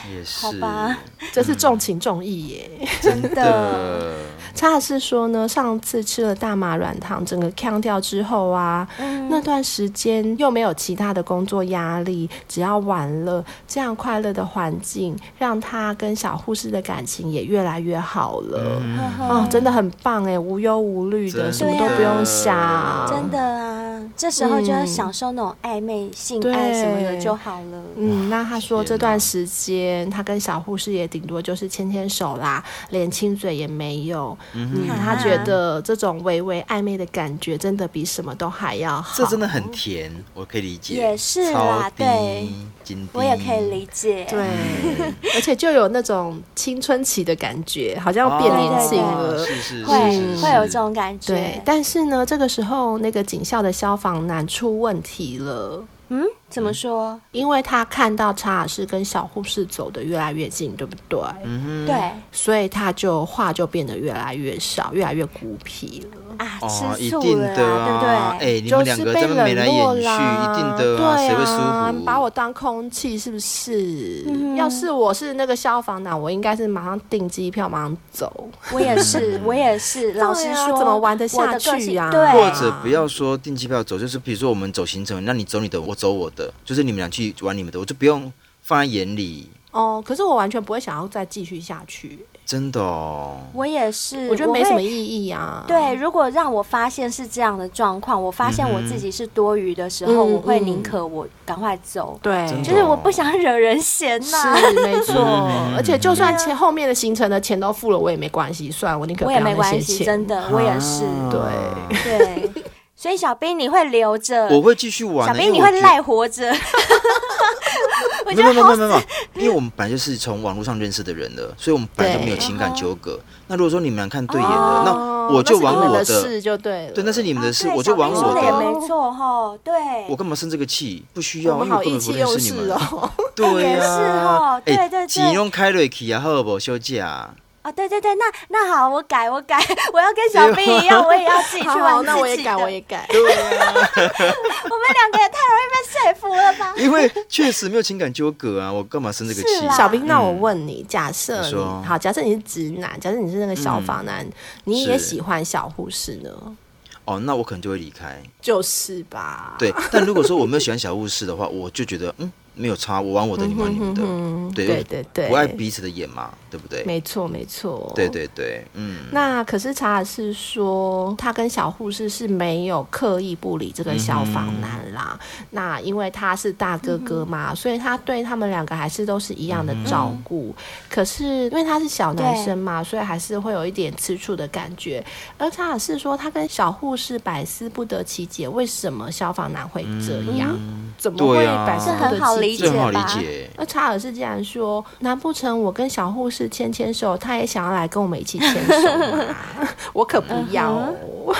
Speaker 3: 也是，
Speaker 2: 好吧
Speaker 4: 这是重情重义耶。
Speaker 3: 真
Speaker 2: 的
Speaker 3: 的。
Speaker 4: 查尔斯说呢，上次吃了大麻软糖，整个呛掉之后啊，那段时间又没有其他的工作压力，只要玩乐，这样快乐的环境，让他跟小护士的感情也越来越好了。
Speaker 3: 嗯
Speaker 2: 嗯
Speaker 4: 哦，真的很棒哎，无忧无虑的，什
Speaker 3: 真
Speaker 4: 么
Speaker 3: 的
Speaker 4: 都不用想，
Speaker 2: 真。的啊，这时候就要享受那种暧昧、性爱什么的
Speaker 4: 对
Speaker 2: 就好了。
Speaker 4: 嗯，那他说
Speaker 3: 天
Speaker 4: 这段
Speaker 3: 哪
Speaker 4: 时间他跟小护士也顶多就是牵牵手啦，连亲嘴也没有。嗯，他觉得这种微微暧昧的感觉，真的比什么都还要好。
Speaker 3: 这真的很甜，我可以理解。
Speaker 2: 也是啦
Speaker 3: 超低
Speaker 2: 对，
Speaker 3: 金
Speaker 2: 我也
Speaker 3: 低
Speaker 2: 可以理解。
Speaker 4: 对， 而且就有那种青春期的感觉，好像变年轻
Speaker 3: 哦
Speaker 4: 了。
Speaker 3: 是是是
Speaker 2: 会
Speaker 3: 是是
Speaker 2: 会有这种感觉。
Speaker 4: 对，但是呢，这个时候那个警校的消防男出问题了。
Speaker 2: 嗯，怎么说？
Speaker 4: 因为他看到查尔斯跟小护士走得越来越近，对不对？嗯
Speaker 2: 对
Speaker 4: 所以他就话就变得越来越少，越来越孤僻了。
Speaker 2: 啊，
Speaker 3: 哦，
Speaker 2: 吃
Speaker 3: 一
Speaker 2: 醋
Speaker 3: 定
Speaker 2: 了啊，
Speaker 3: 的啊，
Speaker 2: 对不对？
Speaker 3: 哎，你
Speaker 4: 就
Speaker 3: 们两
Speaker 4: 是
Speaker 3: 个
Speaker 4: 被
Speaker 3: 这么眉来
Speaker 4: 冷落
Speaker 3: 眼去，一
Speaker 4: 啦，
Speaker 3: 定的啊，
Speaker 4: 对
Speaker 3: 谁会
Speaker 4: 啊，
Speaker 3: 舒服？
Speaker 4: 把我当空气是不是？要是我是那个消防男，我应该是马上订机票，马上走。
Speaker 2: 我也是，我也是。老实
Speaker 4: 啊
Speaker 2: 说，
Speaker 4: 怎么玩得
Speaker 2: 我的
Speaker 4: 下
Speaker 2: 个
Speaker 4: 去
Speaker 2: 性
Speaker 4: 呀
Speaker 2: 对，
Speaker 3: 或者不要说订机票走，就是比如说我们走行程，那你走你的，我走我的，就是你们俩去玩你们的，我就不用放在眼里，
Speaker 4: 哦，可是我完全不会想要再继续下去，
Speaker 3: 真的哦。
Speaker 2: 我也是，
Speaker 4: 嗯我觉得没什么
Speaker 2: 会
Speaker 4: 意义啊。
Speaker 2: 对，如果让我发现是这样的状况，我发现我
Speaker 3: 嗯
Speaker 2: 自己是多余的时候，
Speaker 4: 嗯
Speaker 2: 我会
Speaker 4: 嗯
Speaker 2: 宁可我赶快走，
Speaker 4: 对
Speaker 3: 真
Speaker 2: 就
Speaker 3: 的
Speaker 2: 是我不想惹人嫌呐、
Speaker 4: 是没错
Speaker 3: 嗯，
Speaker 4: 而且就算前后面的行程的钱都付了，我也没关系，算了我宁可
Speaker 2: 我
Speaker 4: 不
Speaker 2: 也
Speaker 4: 要
Speaker 2: 没
Speaker 4: 那些
Speaker 2: 关系，
Speaker 4: 钱。
Speaker 2: 真的，我也是，
Speaker 3: 啊，
Speaker 2: 对。所以小兵，你会留着？
Speaker 3: 我会继续玩
Speaker 2: 小
Speaker 3: 的。
Speaker 2: 兵，
Speaker 3: 因为
Speaker 2: 你
Speaker 3: 我
Speaker 2: 会
Speaker 3: 觉得
Speaker 2: 赖活着？ 我
Speaker 3: 没
Speaker 2: 觉
Speaker 3: 有
Speaker 2: 得
Speaker 3: 没有没
Speaker 2: 好
Speaker 3: 有没有没有，因为我们本来就是从网络上认识的人了，所以我们本来就没有
Speaker 4: 对
Speaker 3: 情感纠葛。那如果说你们俩看对眼了，
Speaker 4: 哦
Speaker 3: 那我就
Speaker 4: 那
Speaker 3: 往
Speaker 4: 是你们
Speaker 3: 我
Speaker 4: 的事就对了。
Speaker 3: 对，那是你们的
Speaker 2: 啊
Speaker 3: 事，
Speaker 2: 对
Speaker 3: 我就
Speaker 2: 小
Speaker 3: 往
Speaker 2: 兵
Speaker 3: 我
Speaker 2: 说的也
Speaker 3: 的。啊
Speaker 2: 没错哈，对，
Speaker 3: 我干嘛生这个气？不需
Speaker 4: 我
Speaker 3: 要，
Speaker 4: 们
Speaker 3: 因为
Speaker 4: 好
Speaker 3: 我根
Speaker 4: 意
Speaker 3: 本不
Speaker 4: 气
Speaker 3: 认
Speaker 4: 用
Speaker 3: 识你
Speaker 4: 事
Speaker 3: 们。
Speaker 4: 哦。
Speaker 3: 对
Speaker 2: 也是
Speaker 3: 呀
Speaker 2: 哦，对对对
Speaker 3: 钱用开瑞去啊，好不好休假？
Speaker 2: 啊，对对对，那那好，我改我改， 我要跟小兵一样，我也要自己去
Speaker 4: 好
Speaker 2: 玩
Speaker 4: 好，
Speaker 2: 自己的。
Speaker 4: 那我也改，我也改。
Speaker 3: 对啊，
Speaker 2: 我们两个也太容易被说服了 吧？
Speaker 3: 因为确实没有情感纠葛啊，我干嘛生这个
Speaker 2: 是
Speaker 3: 气？
Speaker 2: 啦
Speaker 4: 小兵，那我问你，假
Speaker 3: 嗯
Speaker 4: 设
Speaker 3: 你
Speaker 4: 你
Speaker 3: 说嗯
Speaker 4: 好，假设你是直男，假设你是那个消防男，你也
Speaker 3: 是
Speaker 4: 喜欢小护士呢？
Speaker 3: 哦，那我可能就会离开。
Speaker 4: 就是吧？
Speaker 3: 对，但如果说我没有喜欢小护士的话，我就觉得嗯没有差，我玩我的，你玩你们
Speaker 4: 嗯
Speaker 3: 的，
Speaker 4: 对对对
Speaker 3: 我爱彼此的眼嘛，对不对？
Speaker 4: 没错，没错。
Speaker 3: 对。对对，嗯，
Speaker 4: 那可是查尔斯说，他跟小护士是没有刻意不理这个消防男啦。那因为他是大哥哥嘛，所以他对他们两个还是都是一样的照顾。可是因为他是小男生嘛，所以还是会有一点吃醋的感觉。而查尔斯说，他跟小护士百思不得其解，为什么消防男会这样？怎么会
Speaker 3: 对啊
Speaker 4: 百思
Speaker 2: 这
Speaker 4: 不得
Speaker 2: 很好
Speaker 4: 其
Speaker 2: 理
Speaker 4: 解
Speaker 3: 这很好理
Speaker 2: 吧
Speaker 3: 解。
Speaker 4: 那查尔斯竟然说：“难不成我跟小护士牵牵手，他也想要来跟我们一起牵手吗？ 我可不要哦！
Speaker 2: 嗯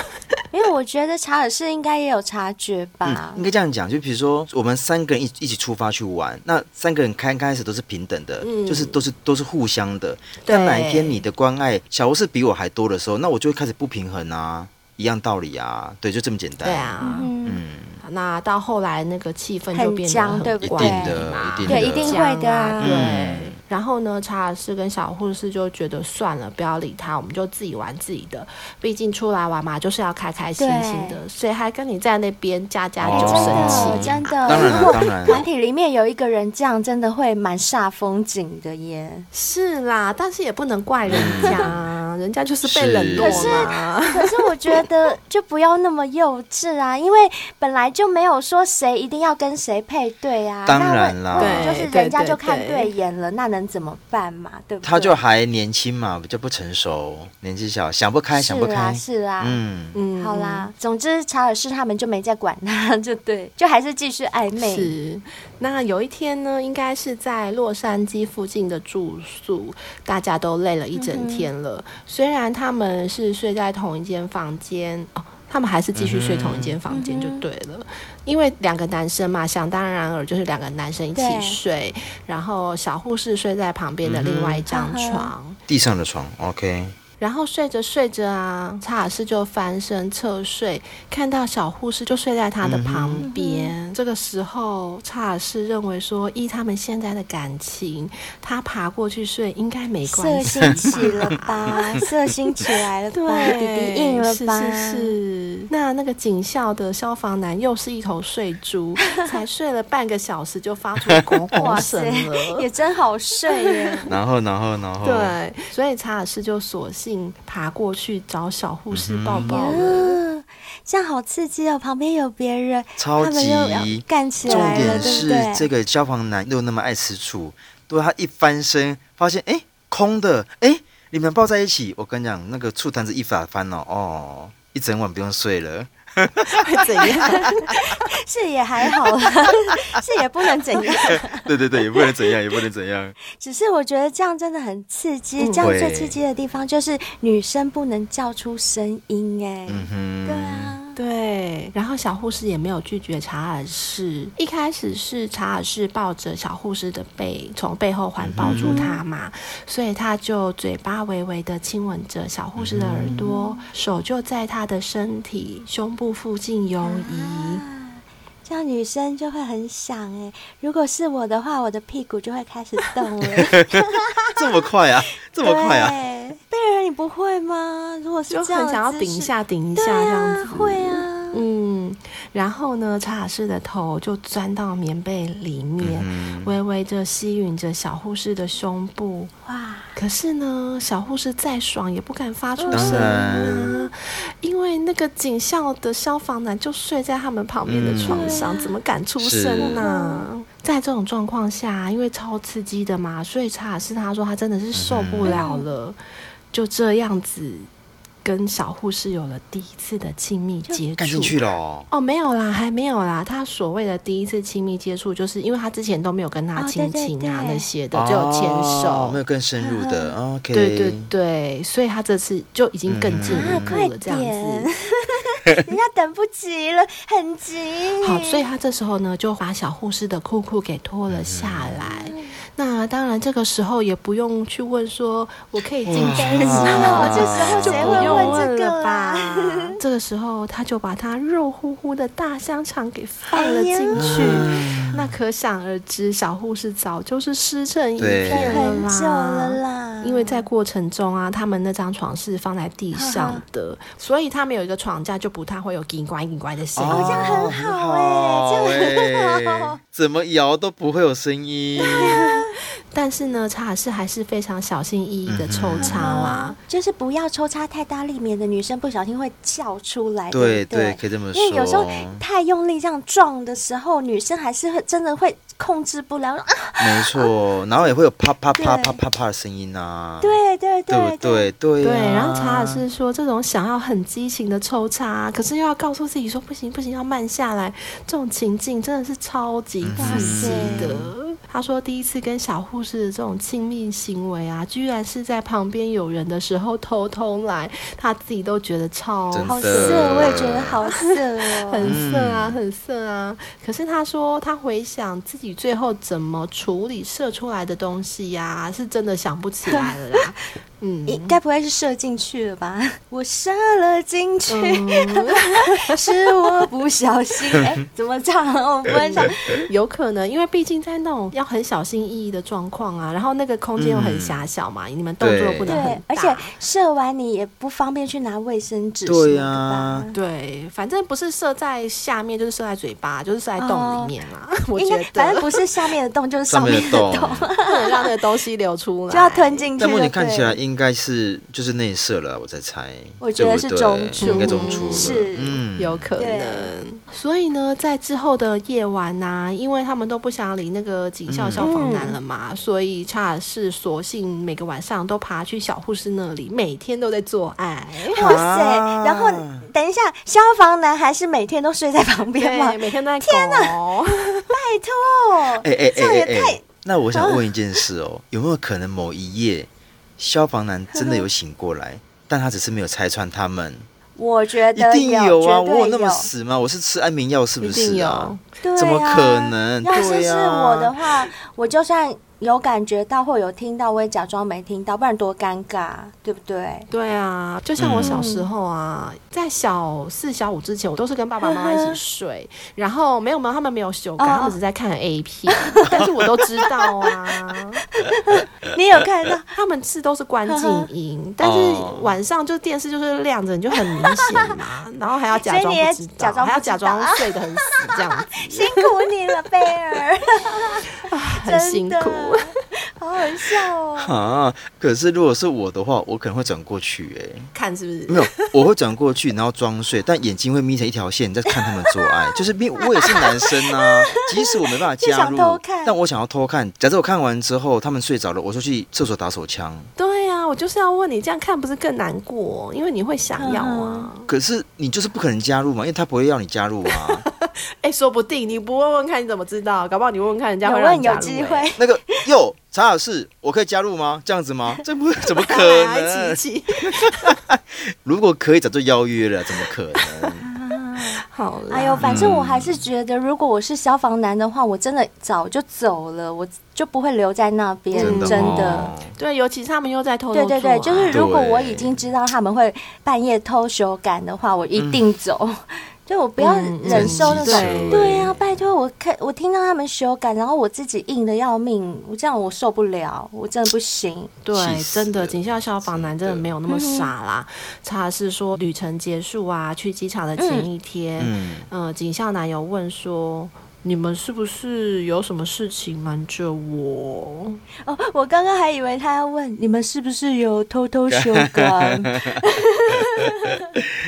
Speaker 2: 因为我觉得查尔斯应该也有察觉吧。
Speaker 3: 应该这样讲，就比如说我们三个人一一起出发去玩，那三个人开刚开始都是平等的，就是都是都是互相的。
Speaker 4: 嗯对
Speaker 3: 但哪一天你的关爱小护士比我还多的时候，那我就会开始不平衡啊，一样道理啊，对，就这么简单。
Speaker 4: 对，啊，
Speaker 2: 嗯，
Speaker 4: 那到后来那个气氛就
Speaker 2: 很
Speaker 4: 变得
Speaker 2: 僵
Speaker 4: 很啊
Speaker 2: 对不
Speaker 3: 一
Speaker 2: 对
Speaker 3: 定的，一定的，
Speaker 2: 对一定会的啊
Speaker 4: 对。
Speaker 3: 嗯
Speaker 4: 然后呢，查尔斯跟小护士就觉得算了，不要理他，我们就自己玩自己的，毕竟出来玩嘛，就是要开开心心的，谁还跟你在那边家家
Speaker 3: 哦
Speaker 4: 酒
Speaker 2: 真
Speaker 4: 生气？
Speaker 2: 的
Speaker 3: 嗯
Speaker 2: 真
Speaker 3: 当
Speaker 2: 的，
Speaker 3: 然
Speaker 2: 如
Speaker 3: 了，
Speaker 2: 果
Speaker 3: 当然
Speaker 2: 团
Speaker 3: 了。
Speaker 2: 体里面有一个人这样，真的会蛮煞风景的耶。
Speaker 4: 是啦，但是也不能怪人家，啊人家就是被冷落
Speaker 2: 是
Speaker 4: 嘛。
Speaker 2: 可是我觉得就不要那么幼稚啊，因为本来就没有说谁一定要跟谁配对啊。
Speaker 3: 当然啦
Speaker 2: 那问就是
Speaker 4: 对
Speaker 2: 人家
Speaker 4: 对
Speaker 2: 就看
Speaker 4: 对
Speaker 2: 对眼了，那能怎么办嘛？对不对？
Speaker 3: 他就还年轻嘛，比较不成熟，年纪小，想不开，想不
Speaker 2: 是啊
Speaker 3: 开。
Speaker 2: 是啊，
Speaker 3: 嗯，
Speaker 4: 嗯
Speaker 2: 好啦，总之查尔斯他们就没再管他，就对，就还是继续暧昧。
Speaker 4: 是，那有一天呢，应该是在洛杉矶附近的住宿，大家都累了一整天
Speaker 2: 嗯
Speaker 4: 了。虽然他们是睡在同一间房间，哦，他们还是继续睡同一间房间就对
Speaker 2: 嗯
Speaker 4: 了。因为两个男生嘛，想当然尔就是两个男生一起
Speaker 2: 对
Speaker 4: 睡，然后小护士睡在旁边的另外一张
Speaker 2: 嗯哼
Speaker 4: 床。
Speaker 3: 地上的床，OK，
Speaker 4: 然后睡着睡着啊，查尔斯就翻身侧睡，看到小护士就睡在他的旁边。这个时候，查尔斯认为说，依他们现在的感情，他爬过去睡应该没
Speaker 2: 色
Speaker 4: 关系吧。
Speaker 2: 心起了吧，色心起来 了吧，
Speaker 4: 对，
Speaker 2: 弟弟硬了吧？
Speaker 4: 是是是。那那个警校的消防男又是一头睡猪，才睡了半个小时就发出拱拱
Speaker 2: 哇
Speaker 4: 声
Speaker 2: 塞
Speaker 4: 了，
Speaker 2: 也。真好睡耶！
Speaker 3: 然后，然后，然后，
Speaker 4: 对，所以查尔斯就索性爬过去找小护士抱抱了。
Speaker 2: 嗯，这样好刺激哦，旁边有别人，
Speaker 3: 超
Speaker 2: 他们
Speaker 3: 级
Speaker 2: 又要干起
Speaker 3: 重
Speaker 2: 来了，
Speaker 3: 点
Speaker 2: 对不
Speaker 3: 是
Speaker 2: 对？
Speaker 3: 这个消防男又那么爱吃醋，对他一翻身发现哎、诶空的，哎、你们抱在一起，我跟你讲，那个醋坛子一打翻哦，哦，一整晚不用睡了。
Speaker 4: 会怎样？
Speaker 2: 是也还好啦， 是也不能怎样。
Speaker 3: 对对对，也不能怎样，也不能怎样。
Speaker 2: 只是我觉得这样真的很刺激，
Speaker 4: 嗯
Speaker 2: 这样
Speaker 3: 会
Speaker 2: 最刺激的地方就是女生不能叫出声音哎。
Speaker 3: 嗯
Speaker 2: 对啊，
Speaker 4: 对，然后小护士也没有拒绝查尔斯。一开始是查尔斯抱着小护士的背，从背后环抱住她嘛，所以他就嘴巴微微的亲吻着小护士的耳朵，手就在她的身体胸部附近游移。
Speaker 2: 啊这样女生就会很想哎。如果是我的话，我的屁股就会开始动了。哎
Speaker 3: 哼，这么快啊， 这么快啊！
Speaker 2: 对，贝尔你不会吗？如果是
Speaker 4: 就
Speaker 2: 这样
Speaker 4: 很
Speaker 2: 的
Speaker 4: 想要
Speaker 2: 姿
Speaker 4: 顶一
Speaker 2: 势，
Speaker 4: 下，顶一下
Speaker 2: 对
Speaker 4: 这样子，
Speaker 2: 啊，会啊。
Speaker 4: 嗯，然后呢，查尔斯的头就钻到棉被里面，微微的吸吮着小护士的胸部。
Speaker 2: 哇，
Speaker 4: 可是呢，小护士再爽也不敢发
Speaker 2: 哦
Speaker 4: 出声音
Speaker 3: 当
Speaker 4: 啊
Speaker 3: 然，
Speaker 4: 因为那个警校的消防男就睡在他们旁边
Speaker 2: 嗯
Speaker 4: 的床上，怎么敢出声呢、在这种状况下，因为超刺激的
Speaker 2: 嗯
Speaker 4: 嘛，所以查尔斯他说他真的是受不了了，就这样子。跟小护士有了第一次的亲密接
Speaker 3: 干
Speaker 4: 触
Speaker 3: 进。去了哦。
Speaker 4: 哦，没有啦，还没有啦。他所谓的第一次亲密接触，就是因为他之前都没有跟他
Speaker 2: 哦对
Speaker 4: 亲
Speaker 2: 对
Speaker 4: 亲啊
Speaker 2: 对
Speaker 4: 那些的，只有牵手。
Speaker 3: 哦没有更深入的。OK，
Speaker 2: 嗯
Speaker 4: 对对对，所以他这次就已经更进一
Speaker 2: 啊，
Speaker 4: 步
Speaker 2: 快
Speaker 4: 了，嗯这样
Speaker 2: 点
Speaker 4: 子。，
Speaker 2: 人家等不及了，很急。
Speaker 4: 好，所以他这时候呢，就把小护士的裤裤给脱了下来。
Speaker 2: 嗯
Speaker 4: 那当然，这个时候也不用去问说我可以进去
Speaker 2: 哇
Speaker 4: 吗？
Speaker 2: 这时候
Speaker 4: 就
Speaker 2: 谁
Speaker 4: 不
Speaker 2: 会
Speaker 4: 用
Speaker 2: 问这个啊
Speaker 4: 了吧
Speaker 2: 啦？
Speaker 4: 这个时候，他就把他肉乎乎的大香肠给放了
Speaker 2: 哎呀
Speaker 4: 进去。那可想而知，小护士早就是湿成一
Speaker 3: 对
Speaker 4: 片了
Speaker 2: 很久了啦，
Speaker 4: 因为在过程中啊，他们那张床是放在地上的，所以他们有一个床架，就不太会有叽呱叽呱的声
Speaker 3: 哦
Speaker 4: 音。
Speaker 2: 这样很好哎这样很好
Speaker 3: 哎怎么摇都不会有声 音。
Speaker 4: 但是呢，查尔斯还是非常小心翼翼
Speaker 3: 嗯
Speaker 4: 的抽插啦。
Speaker 2: 啊就是不要抽插太大力，免得女生不小心会叫出来。
Speaker 3: 对
Speaker 2: 不对，
Speaker 3: 对可以这么
Speaker 2: 因为有时候
Speaker 3: 说
Speaker 2: 太用力这样撞的时候，女生还是会真的会控制不了。啊，
Speaker 3: 没错，然后也会有啪啪啪
Speaker 2: 对
Speaker 3: 啪啪啪的声音啊。
Speaker 2: 对对
Speaker 3: 对
Speaker 2: 对，
Speaker 3: 不对？对
Speaker 4: 对，
Speaker 3: 对啊
Speaker 4: 然后查尔斯说，这种想要很激情的抽插啊，可是又要告诉自己说不行不行，要慢下来，这种情境真的是超级
Speaker 3: 嗯
Speaker 4: 刺激的。他说，第一次跟小护士的这种亲密行为啊，居然是在旁边有人的时候偷偷来，他自己都觉得超
Speaker 3: 真的
Speaker 2: 好色，我也觉得好色 哦。
Speaker 4: 很色啊，很色啊。可是他说，他回想自己最后怎么处理射出来的东西呀、是真的想不起来了 啦。嗯，
Speaker 2: 你该不会是射进去了吧？我射了进去，
Speaker 4: 嗯
Speaker 2: 是我不小心。哎，怎么唱？我不会唱。
Speaker 4: 有可能，因为毕竟在那种要很小心翼翼的状况啊，然后那个空间又很狭小嘛，你们动作不能
Speaker 2: 嗯
Speaker 4: 很
Speaker 2: 对
Speaker 4: 大，
Speaker 2: 而且射完你也不方便去拿卫生纸什么
Speaker 3: 对
Speaker 2: 的吧
Speaker 3: 啊？
Speaker 4: 对，反正不是射在下面，就是射在嘴巴，就是射在洞里面啦。 我
Speaker 2: 哦应
Speaker 4: 觉
Speaker 2: 该
Speaker 4: 得，
Speaker 2: 反正不是下面的洞就是
Speaker 3: 上
Speaker 2: 上
Speaker 3: 面
Speaker 2: 面
Speaker 3: 的
Speaker 2: 的
Speaker 3: 洞。
Speaker 2: 洞，
Speaker 4: 不能 让那个东西流出来，
Speaker 2: 就要吞。进去
Speaker 3: 啊但
Speaker 2: 了。
Speaker 3: 目前看
Speaker 2: 对
Speaker 3: 起来应该是就是内射了，我在猜。
Speaker 2: 我觉得是
Speaker 3: 对不对
Speaker 2: 中出
Speaker 3: 应该中出了。
Speaker 2: 是
Speaker 3: 嗯，
Speaker 4: 有可
Speaker 2: 对
Speaker 4: 能，所以呢，在之后的夜晚呐、因为他们都不想理那个警校消防男了嘛，所以查尔斯索性每个晚上都爬去小护士那里，每天都在做爱。
Speaker 2: 哇塞！
Speaker 3: 啊
Speaker 2: 然后等一下，消防男还是每天都睡在旁边吗
Speaker 4: 对，？每天都在狗。
Speaker 2: 拜托，
Speaker 3: 哎哎
Speaker 2: 这
Speaker 3: 哎
Speaker 2: 样也
Speaker 3: 哎
Speaker 2: 太
Speaker 3: 哎，那我想问一件事哦， 有没有可能某一夜消防男真的有醒过来，但他只是没有拆穿他们？
Speaker 2: 嗯我觉
Speaker 3: 一
Speaker 2: 得
Speaker 3: 定有啊，
Speaker 2: 绝对
Speaker 3: 我有那么
Speaker 2: 有
Speaker 3: 死吗？我是吃安眠药是不
Speaker 4: 一定
Speaker 3: 是啊
Speaker 4: 有？
Speaker 2: 对
Speaker 3: 怎么
Speaker 2: 啊
Speaker 3: 可能
Speaker 2: 要是
Speaker 3: 对
Speaker 2: 是
Speaker 3: 啊
Speaker 2: 我的话，我就算有感觉到或有听到，我也假装没听到，不然多尴尬，对不 对？
Speaker 4: 对啊，就像我小时候啊，在小四、小五之前，我都是跟爸爸妈妈一起睡，然后没有没有，他们没有修改，
Speaker 2: 哦哦
Speaker 4: 他们只在看 A 片，但是我都知道啊，
Speaker 2: 你有看到？
Speaker 4: 他们是都是关静音，但是晚上就电视就是亮着，你就很明显 嘛，然后还要假
Speaker 2: 所
Speaker 4: 装
Speaker 2: 以你
Speaker 4: 不
Speaker 2: 也
Speaker 4: 知道，
Speaker 2: 假装不
Speaker 4: 还要
Speaker 2: 知
Speaker 4: 假装
Speaker 2: 道啊
Speaker 4: 睡得很死这样 子，
Speaker 2: 辛苦你了，贝尔，
Speaker 4: 很
Speaker 2: 真
Speaker 4: 辛苦。
Speaker 2: 的好好笑 哦。
Speaker 3: 啊， 可是如果是我的话，我可能会转过去哎、
Speaker 4: 看是不是？
Speaker 3: 没 有，我会转过去，然后装睡，但眼睛会眯成一条线在看他们 做爱。就是因为我也是男生啊，即使我没办法加
Speaker 2: 就想
Speaker 3: 入
Speaker 2: 偷看，
Speaker 3: 但我想要偷看。假设我看完之后他们睡着了，我就去厕所打手枪。
Speaker 4: 对啊，我就是要问你，这样看不是更难过？因为你会想要啊。
Speaker 2: 嗯
Speaker 3: 可是你就是不可能加入嘛，因为他不会要你加入 啊。
Speaker 4: 哎、说不定你不问问看你怎么知道？搞不好你问问看人家
Speaker 2: 有
Speaker 4: 会让
Speaker 2: 问
Speaker 4: 你
Speaker 2: 有
Speaker 4: 加入
Speaker 2: 机
Speaker 4: 欸
Speaker 2: 会，
Speaker 3: 那个哟，查尔斯，我可以加入吗？这样 子吗？这不怎么可
Speaker 4: 还
Speaker 3: 能？
Speaker 4: 琪琪
Speaker 3: 如果可以，早就邀约了，怎么可能？
Speaker 4: 好啦，
Speaker 2: 哎呦，反正我还是觉得，如果我是消防男的话，我真的早就走了，我就不会留在那边，
Speaker 3: 真
Speaker 2: 嗯真
Speaker 3: 的、
Speaker 2: 的。
Speaker 3: 哦、
Speaker 4: 对，尤其是他们又在偷偷
Speaker 2: 对对对，
Speaker 4: 做
Speaker 2: 就
Speaker 4: 啊
Speaker 2: 是如果
Speaker 3: 对
Speaker 2: 我已经知道他们会半夜偷修改的话，我一定走。 就我不要
Speaker 4: 嗯
Speaker 2: 忍受那
Speaker 3: 真
Speaker 2: 种
Speaker 4: 机，车
Speaker 2: 对呀、啊，拜托我看我听到他们修改，然后我自己硬的要命，我这样我受不了，我真的不行。
Speaker 4: 对
Speaker 3: 气，死
Speaker 4: 真的，
Speaker 3: 了
Speaker 4: 警校消防男真的嗯
Speaker 3: 真的
Speaker 4: 没有那么傻啦。查尔斯说，旅程结束啊，去机场的前一天，
Speaker 3: 嗯，
Speaker 4: 呃，警校男友问说：“你们是不是有什么事情瞒着我？
Speaker 2: 哦，我刚刚还以为他要问你们是不是有偷偷修改。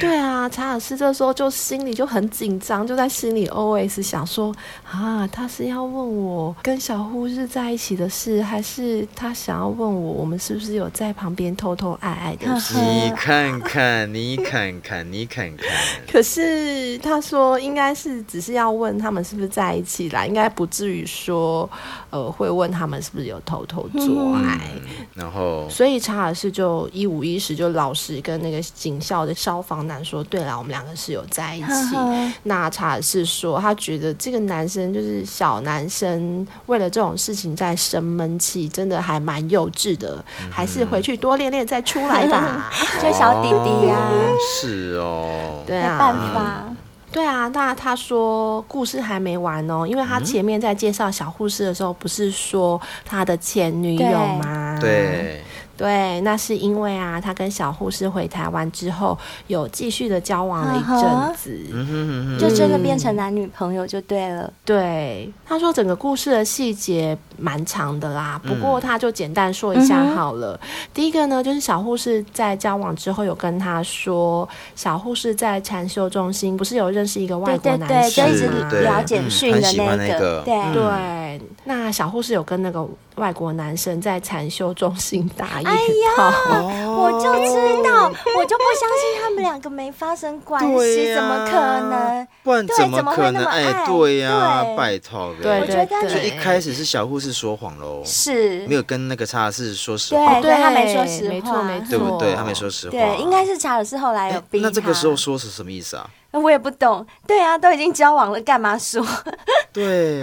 Speaker 4: 对啊，查尔斯这时候就心里就很紧张，就在心里 OS 想说啊，他是要问我跟小护士在一起的事，还是他想要问我我们是不是有在旁边偷偷爱爱的事？
Speaker 3: 你看看，你看看，你看 看，
Speaker 4: 可是他说应该是只是要问他们是不是在一起啦，应该不至于说呃会问他们是不是有偷偷做爱。
Speaker 3: 嗯然后
Speaker 4: 所以查尔斯就一五一十就老实跟那个警校的消防男说：“对了，我们两个是有在一起。
Speaker 2: 呵呵
Speaker 4: 那查尔斯说，他觉得这个男生就是小男生，为了这种事情在生闷气，真的还蛮幼稚的，还是回去多练练再出来吧。
Speaker 2: 就小弟弟呀、
Speaker 3: 哦是哦，
Speaker 4: 对
Speaker 2: 没
Speaker 4: 啊，
Speaker 2: 办法，
Speaker 4: 对啊，那他说故事还没完哦，因为
Speaker 3: 嗯
Speaker 4: 他前面在介绍小护士的时候，不是说他的前女友吗？
Speaker 3: 对，
Speaker 4: 对，那是因为啊，他跟小护士回台湾之后，有继续的交往了一阵子。
Speaker 3: 嗯哼哼哼，
Speaker 2: 就真的变成男女朋友就对了。
Speaker 4: 对，他说整个故事的细节蛮长的啦，
Speaker 3: 嗯
Speaker 4: 不过他就简单说一
Speaker 2: 嗯
Speaker 4: 下好了。第一个呢，就是小护士在交往之后有跟他说，小护士在禅修中心不是有认识一个嗯
Speaker 2: 对
Speaker 4: 外国
Speaker 2: 对
Speaker 4: 男
Speaker 2: 对，就
Speaker 4: 生
Speaker 2: 一直
Speaker 4: 吗？
Speaker 3: 对
Speaker 2: 聊简讯的
Speaker 3: 嗯很喜欢
Speaker 2: 那
Speaker 3: 那个
Speaker 2: 对，
Speaker 3: 嗯
Speaker 4: 对，那小护士有跟那个外国男生在禅修中心打一
Speaker 2: 哎
Speaker 4: 炮，
Speaker 2: 我就知道，我就不相信他们两个没发生关
Speaker 3: 对
Speaker 2: 系，
Speaker 3: 呀
Speaker 2: 怎么可能？
Speaker 3: 不然
Speaker 2: 对
Speaker 3: 怎么
Speaker 2: 怎么会
Speaker 3: 可
Speaker 2: 那
Speaker 3: 能？
Speaker 2: 么
Speaker 3: 哎，
Speaker 2: 爱
Speaker 3: 对呀，
Speaker 2: 对
Speaker 3: 拜托呗。
Speaker 4: 对
Speaker 2: 我觉得
Speaker 4: 对
Speaker 3: 所以
Speaker 2: 你
Speaker 3: 一开始是小护士说谎喽，
Speaker 2: 是
Speaker 3: 没有跟那个查尔斯说实
Speaker 2: 对
Speaker 3: 话，
Speaker 2: 对他没说实
Speaker 4: 没
Speaker 2: 话
Speaker 4: 错没错，
Speaker 3: 对不对？他没说实话，
Speaker 2: 对，应该是查尔斯后来有
Speaker 3: 哎。
Speaker 2: 逼他。
Speaker 3: 那这个时候说是什么意思啊？
Speaker 2: 我也不懂，对啊，都已经交往了，干嘛说？
Speaker 3: 对，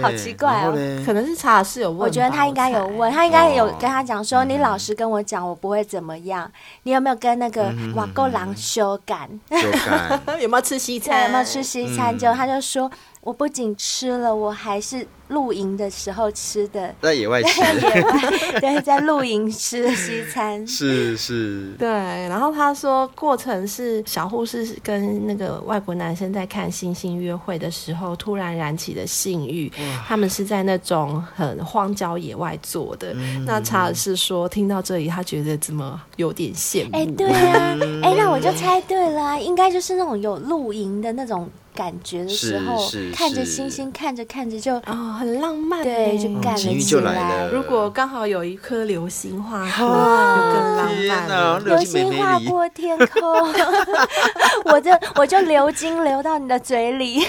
Speaker 2: 好奇怪哦
Speaker 3: 然后嘞
Speaker 4: 可能是查尔斯有问吧，
Speaker 2: 我觉得他应该有
Speaker 4: 我猜
Speaker 2: 问，他应该有
Speaker 3: 哦
Speaker 2: 跟他讲说：“你老实跟我讲，我不会怎么样。你有没有跟那
Speaker 3: 嗯
Speaker 2: 个瓦够狼修改？
Speaker 3: 就 敢
Speaker 4: 有没有吃西餐，
Speaker 2: 对，有没有吃西餐？”
Speaker 3: 嗯
Speaker 2: 就他就说：“我不仅吃了，我还是露营的时候吃 的，
Speaker 3: 在野外吃，
Speaker 2: 野外对，在露营吃的西 餐。”
Speaker 3: 是是，
Speaker 4: 对，然后他说过程是小护士跟那个外国男生在看星星约会的时候，突然燃起的性欲。他们是在那种很荒郊野外做的。
Speaker 3: 嗯
Speaker 4: 那查尔斯说，听到这里，他觉得怎么有点羡慕？
Speaker 2: 哎、对啊，
Speaker 3: 嗯
Speaker 2: 哎、那我就猜对了、啊，应该就是那种有露营的那种感觉的时候
Speaker 3: 是是，嗯
Speaker 2: 看着
Speaker 3: 是
Speaker 2: 星星，看着看着就
Speaker 4: 哦，很浪漫
Speaker 2: 对，
Speaker 4: 耶。
Speaker 2: 就干了
Speaker 3: 情欲
Speaker 2: 起
Speaker 3: 就来了
Speaker 4: 如果刚好有一颗流星划
Speaker 2: 哦
Speaker 4: 过，就更浪漫
Speaker 3: 天
Speaker 4: 了。
Speaker 3: 流
Speaker 2: 流
Speaker 3: 进妹
Speaker 2: 星划
Speaker 3: 妹里，
Speaker 2: 过天空， 我就我就流金流到你的嘴里。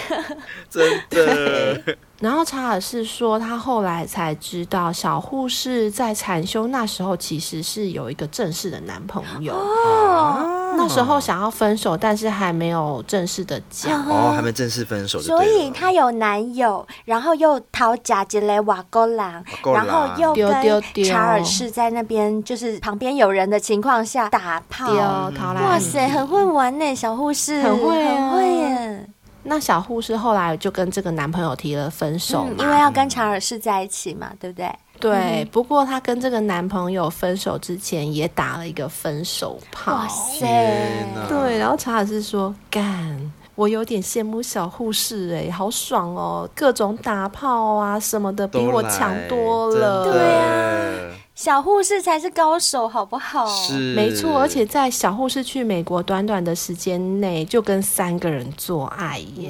Speaker 3: 真的，
Speaker 4: 然后查尔斯说，他后来才知道，小护士在禅修那时候其实是有一个正式的男朋友，
Speaker 2: 哦
Speaker 4: 那时候想要分手，但是还没有正式的讲。
Speaker 3: 哦，还没正式分手就
Speaker 2: 所
Speaker 3: 对了，
Speaker 2: 以她有男友，然后又讨假杰雷瓦勾郎，
Speaker 3: 勾
Speaker 2: 然
Speaker 3: 郎
Speaker 2: 后又
Speaker 4: 丢丢
Speaker 2: 跟
Speaker 4: 丢
Speaker 2: 查尔斯在那边就是旁边有人的情况下打炮。
Speaker 3: 嗯
Speaker 4: 丢桃
Speaker 2: 嗯
Speaker 4: 兰，
Speaker 2: 哇塞，很会玩呢，小护士，
Speaker 4: 很会
Speaker 2: 很
Speaker 4: 啊
Speaker 2: 会耶。
Speaker 4: 那小护士后来就跟这个男朋友提了分手
Speaker 2: 嗯，
Speaker 4: 嘛
Speaker 2: 因为要跟查尔斯在一起嘛，对不对？
Speaker 4: 对。不过她跟这个男朋友分手之前也打了一个分手炮
Speaker 2: 哇。塞
Speaker 3: 天！哪，
Speaker 4: 对，然后查尔斯说：“干，我有点羡慕小护士哎、好爽哦，各种打炮啊什么的，比
Speaker 3: 都来，
Speaker 4: 我强多了。”
Speaker 3: 真的
Speaker 2: 对啊哦小护士才是高手，好不好？
Speaker 3: 是
Speaker 4: 没错，而且在小护士去美国短短的时间内，就跟三个人做爱耶。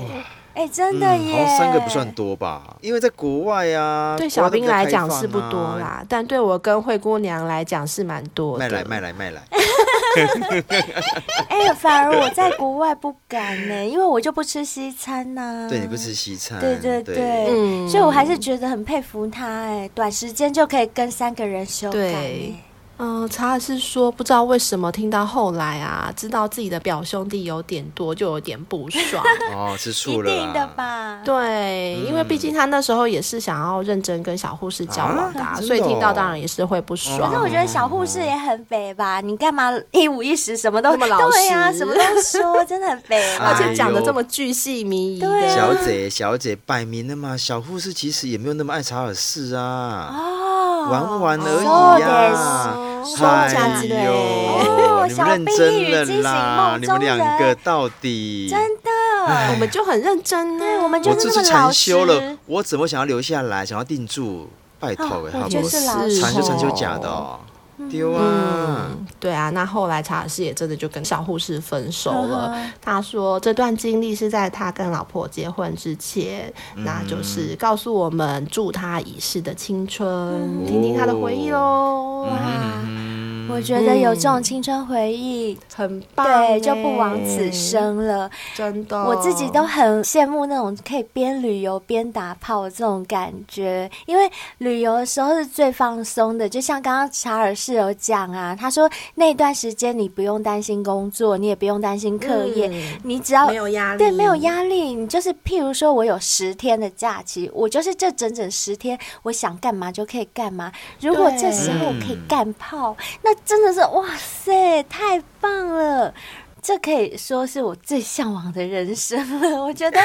Speaker 2: 哎、真的
Speaker 3: 嗯
Speaker 2: 耶！
Speaker 3: 好像三个不算多吧，因为在国外啊，
Speaker 4: 对
Speaker 3: 国
Speaker 4: 小
Speaker 3: 外都比
Speaker 4: 兵
Speaker 3: 较
Speaker 4: 来
Speaker 3: 开
Speaker 4: 讲
Speaker 3: 放
Speaker 4: 是不
Speaker 3: 啊
Speaker 4: 多，啦，但对我跟灰姑娘来讲是蛮多的。
Speaker 3: 卖来卖来卖来，
Speaker 2: 嗯哎、反而我在国外不敢呢、因为我就不吃西餐呐、
Speaker 3: 对你不吃西餐，
Speaker 2: 对对对，
Speaker 3: 对，
Speaker 4: 嗯
Speaker 2: 所以我还是觉得很佩服他哎、短时间就可以跟三个人修改、
Speaker 4: 对
Speaker 2: 哎
Speaker 4: 嗯，查尔斯说，不知道为什么听到后来啊，知道自己的表兄弟有点多，就有点不爽。
Speaker 3: 哦，吃
Speaker 2: 一
Speaker 3: 醋了，
Speaker 2: 定的？吧？
Speaker 3: 嗯
Speaker 4: 对，因为毕竟他那时候也是想要认真跟小护士交往的、
Speaker 3: 啊真的
Speaker 4: 所以听到
Speaker 3: 哦哎
Speaker 4: 当然也是会不
Speaker 2: 可
Speaker 4: 爽。
Speaker 2: 是我觉得小护士也很北吧，你干嘛一五一十什么都
Speaker 4: 那么老实
Speaker 2: 对呀、什么都说，真的很北
Speaker 4: 而
Speaker 2: 吧。
Speaker 4: 且讲的这么巨细靡遗的，
Speaker 2: 对啊
Speaker 3: 小姐小姐，摆明了嘛，小护士其实也没有那么爱查尔斯 啊，
Speaker 2: 哦，
Speaker 3: 玩玩而
Speaker 2: そうで
Speaker 3: 已呀
Speaker 2: す。
Speaker 3: 哎
Speaker 2: そうです
Speaker 3: 呦
Speaker 2: 哦，
Speaker 3: 你
Speaker 2: 小
Speaker 3: 们认
Speaker 2: 兵
Speaker 3: 真
Speaker 2: 与
Speaker 3: 了
Speaker 2: 惊醒
Speaker 3: 啦，
Speaker 2: 梦
Speaker 3: 你
Speaker 2: 中
Speaker 3: 们两个
Speaker 2: 人
Speaker 3: 到底
Speaker 2: 真的
Speaker 3: 哎
Speaker 4: 我们就很认真啊呢、
Speaker 2: 对我们就
Speaker 3: 我
Speaker 2: 是
Speaker 3: 自
Speaker 2: 那
Speaker 3: 己
Speaker 2: 么
Speaker 3: 禅
Speaker 2: 老
Speaker 3: 修了
Speaker 2: 实，，
Speaker 3: 我怎么想要留下来，想要定住？拜托
Speaker 2: 啊
Speaker 3: 哎，好
Speaker 2: 我
Speaker 3: 不
Speaker 2: 就
Speaker 3: 好
Speaker 2: 是老
Speaker 4: 是
Speaker 3: 禅修禅修
Speaker 4: 哦
Speaker 3: 假的哦，丢啊！
Speaker 4: 对啊，那后来查尔斯也真的就跟小护士分手了。
Speaker 2: 嗯哼
Speaker 4: 他说这段经历是在他跟老婆结婚之前，
Speaker 3: 嗯
Speaker 4: 那就是告诉我们祝他已逝的青春，
Speaker 2: 嗯
Speaker 4: 听听他的回忆
Speaker 2: 哦
Speaker 4: 喽。哇，
Speaker 3: 嗯
Speaker 2: 我觉得有这种青春回忆，
Speaker 4: 很嗯棒，欸
Speaker 2: 对，就不枉此，生了。
Speaker 4: 真的，
Speaker 2: 我自己
Speaker 4: 哦
Speaker 2: 都很羡慕那种可以边旅游边打炮的这种感觉，因为旅游的时候是最放松的。就像刚刚查尔士有讲啊，他说那段时间你不用担心工作，你也不用担心课业，
Speaker 4: 嗯
Speaker 2: 你只要
Speaker 4: 没有压力，
Speaker 2: 对，没有压力。你就是，譬如说，我有十天的假期，我就是这整整十天，我想干嘛就可以干嘛。如果这时候我可以干炮，那真的是哇塞，太棒了！这可以说是我最向往的人生了。我觉得，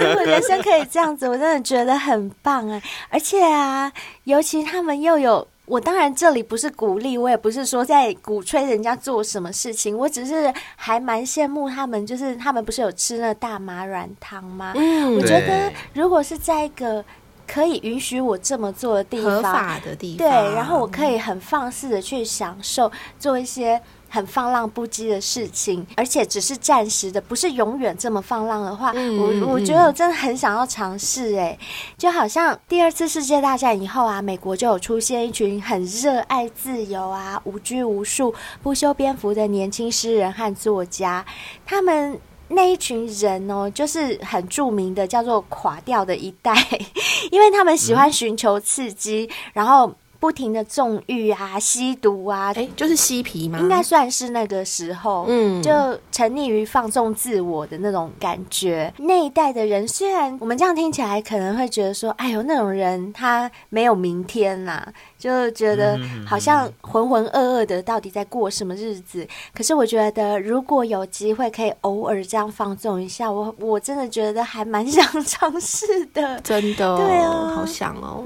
Speaker 2: 如果人生可以这样子，我真的觉得很棒啊！而且啊，尤其他们又有。我当然这里不是鼓励，我也不是说在鼓吹人家做什么事情，我只是还蛮羡慕他们，就是他们不是有吃那大麻软糖吗？
Speaker 4: 嗯，
Speaker 2: 我
Speaker 3: 对
Speaker 2: 觉得如果是在一个可以允许我这么做的地
Speaker 4: 合
Speaker 2: 方，
Speaker 4: 法的地
Speaker 2: 对，
Speaker 4: 方，
Speaker 2: 然后我可以很放肆的去享受做一些很放浪不羁的事情，而且只是暂时的，不是永远这么放浪的话，
Speaker 4: 嗯嗯
Speaker 2: 我我觉得我真的很想要尝试哎，就好像第二次世界大战以后啊，美国就有出现一群很热爱自由啊、无拘无束、不修边幅的年轻诗人和作家，他们。那一群人哦，就是很著名的叫做“垮掉的一代”， 因为他们喜欢寻求刺激，然后不停的纵欲啊、吸毒啊，
Speaker 4: 哎，就是嬉皮吗？
Speaker 2: 应该算是那个时候，
Speaker 4: 嗯
Speaker 2: 就沉溺于放纵自我的那种感觉。那一代的人，虽然我们这样听起来可能会觉得说，哎呦，那种人他没有明天啦、就觉得
Speaker 4: 嗯
Speaker 2: 好像浑浑噩噩的，到底在过什么日子？可是我觉得，如果有机会可以偶尔这样放纵一下，我我真的觉得还蛮 想尝试的。
Speaker 4: 真的，哦
Speaker 2: 对啊
Speaker 4: 好想哦，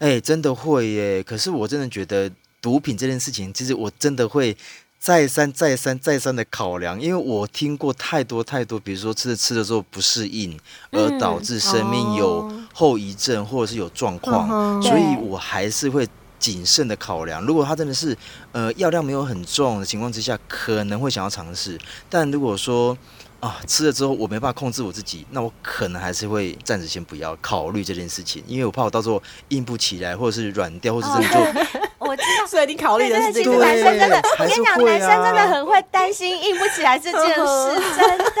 Speaker 3: 哎、真的会耶！可是我真的觉得毒品这件事情，其实我真的会再三、再三、再三的考量，因为我听过太多太多，比如说吃着吃着之后不适应，而导致生命有
Speaker 4: 嗯哦
Speaker 3: 后遗症或者是有状况，
Speaker 4: 嗯哼
Speaker 3: 所以
Speaker 2: 对
Speaker 3: 我还是会。谨慎的考量，如果他真的是，呃，药量没有很重的情况之下，可能会想要尝试。但如果说啊，吃了之后我没办法控制我自己，那我可能还是会暂时先不要考虑这件事情，因为我怕我到时候硬不起来，或者是软掉，或者是
Speaker 4: 哦
Speaker 3: 真的
Speaker 2: 哦我知道。
Speaker 4: 所以你考
Speaker 2: 对对，其实
Speaker 3: 个
Speaker 2: 男生真的，
Speaker 3: 对
Speaker 2: 我跟你
Speaker 3: 还
Speaker 2: 讲，
Speaker 3: 是会啊
Speaker 2: 男生真的很会担心硬不起来这件事，真的
Speaker 3: 就。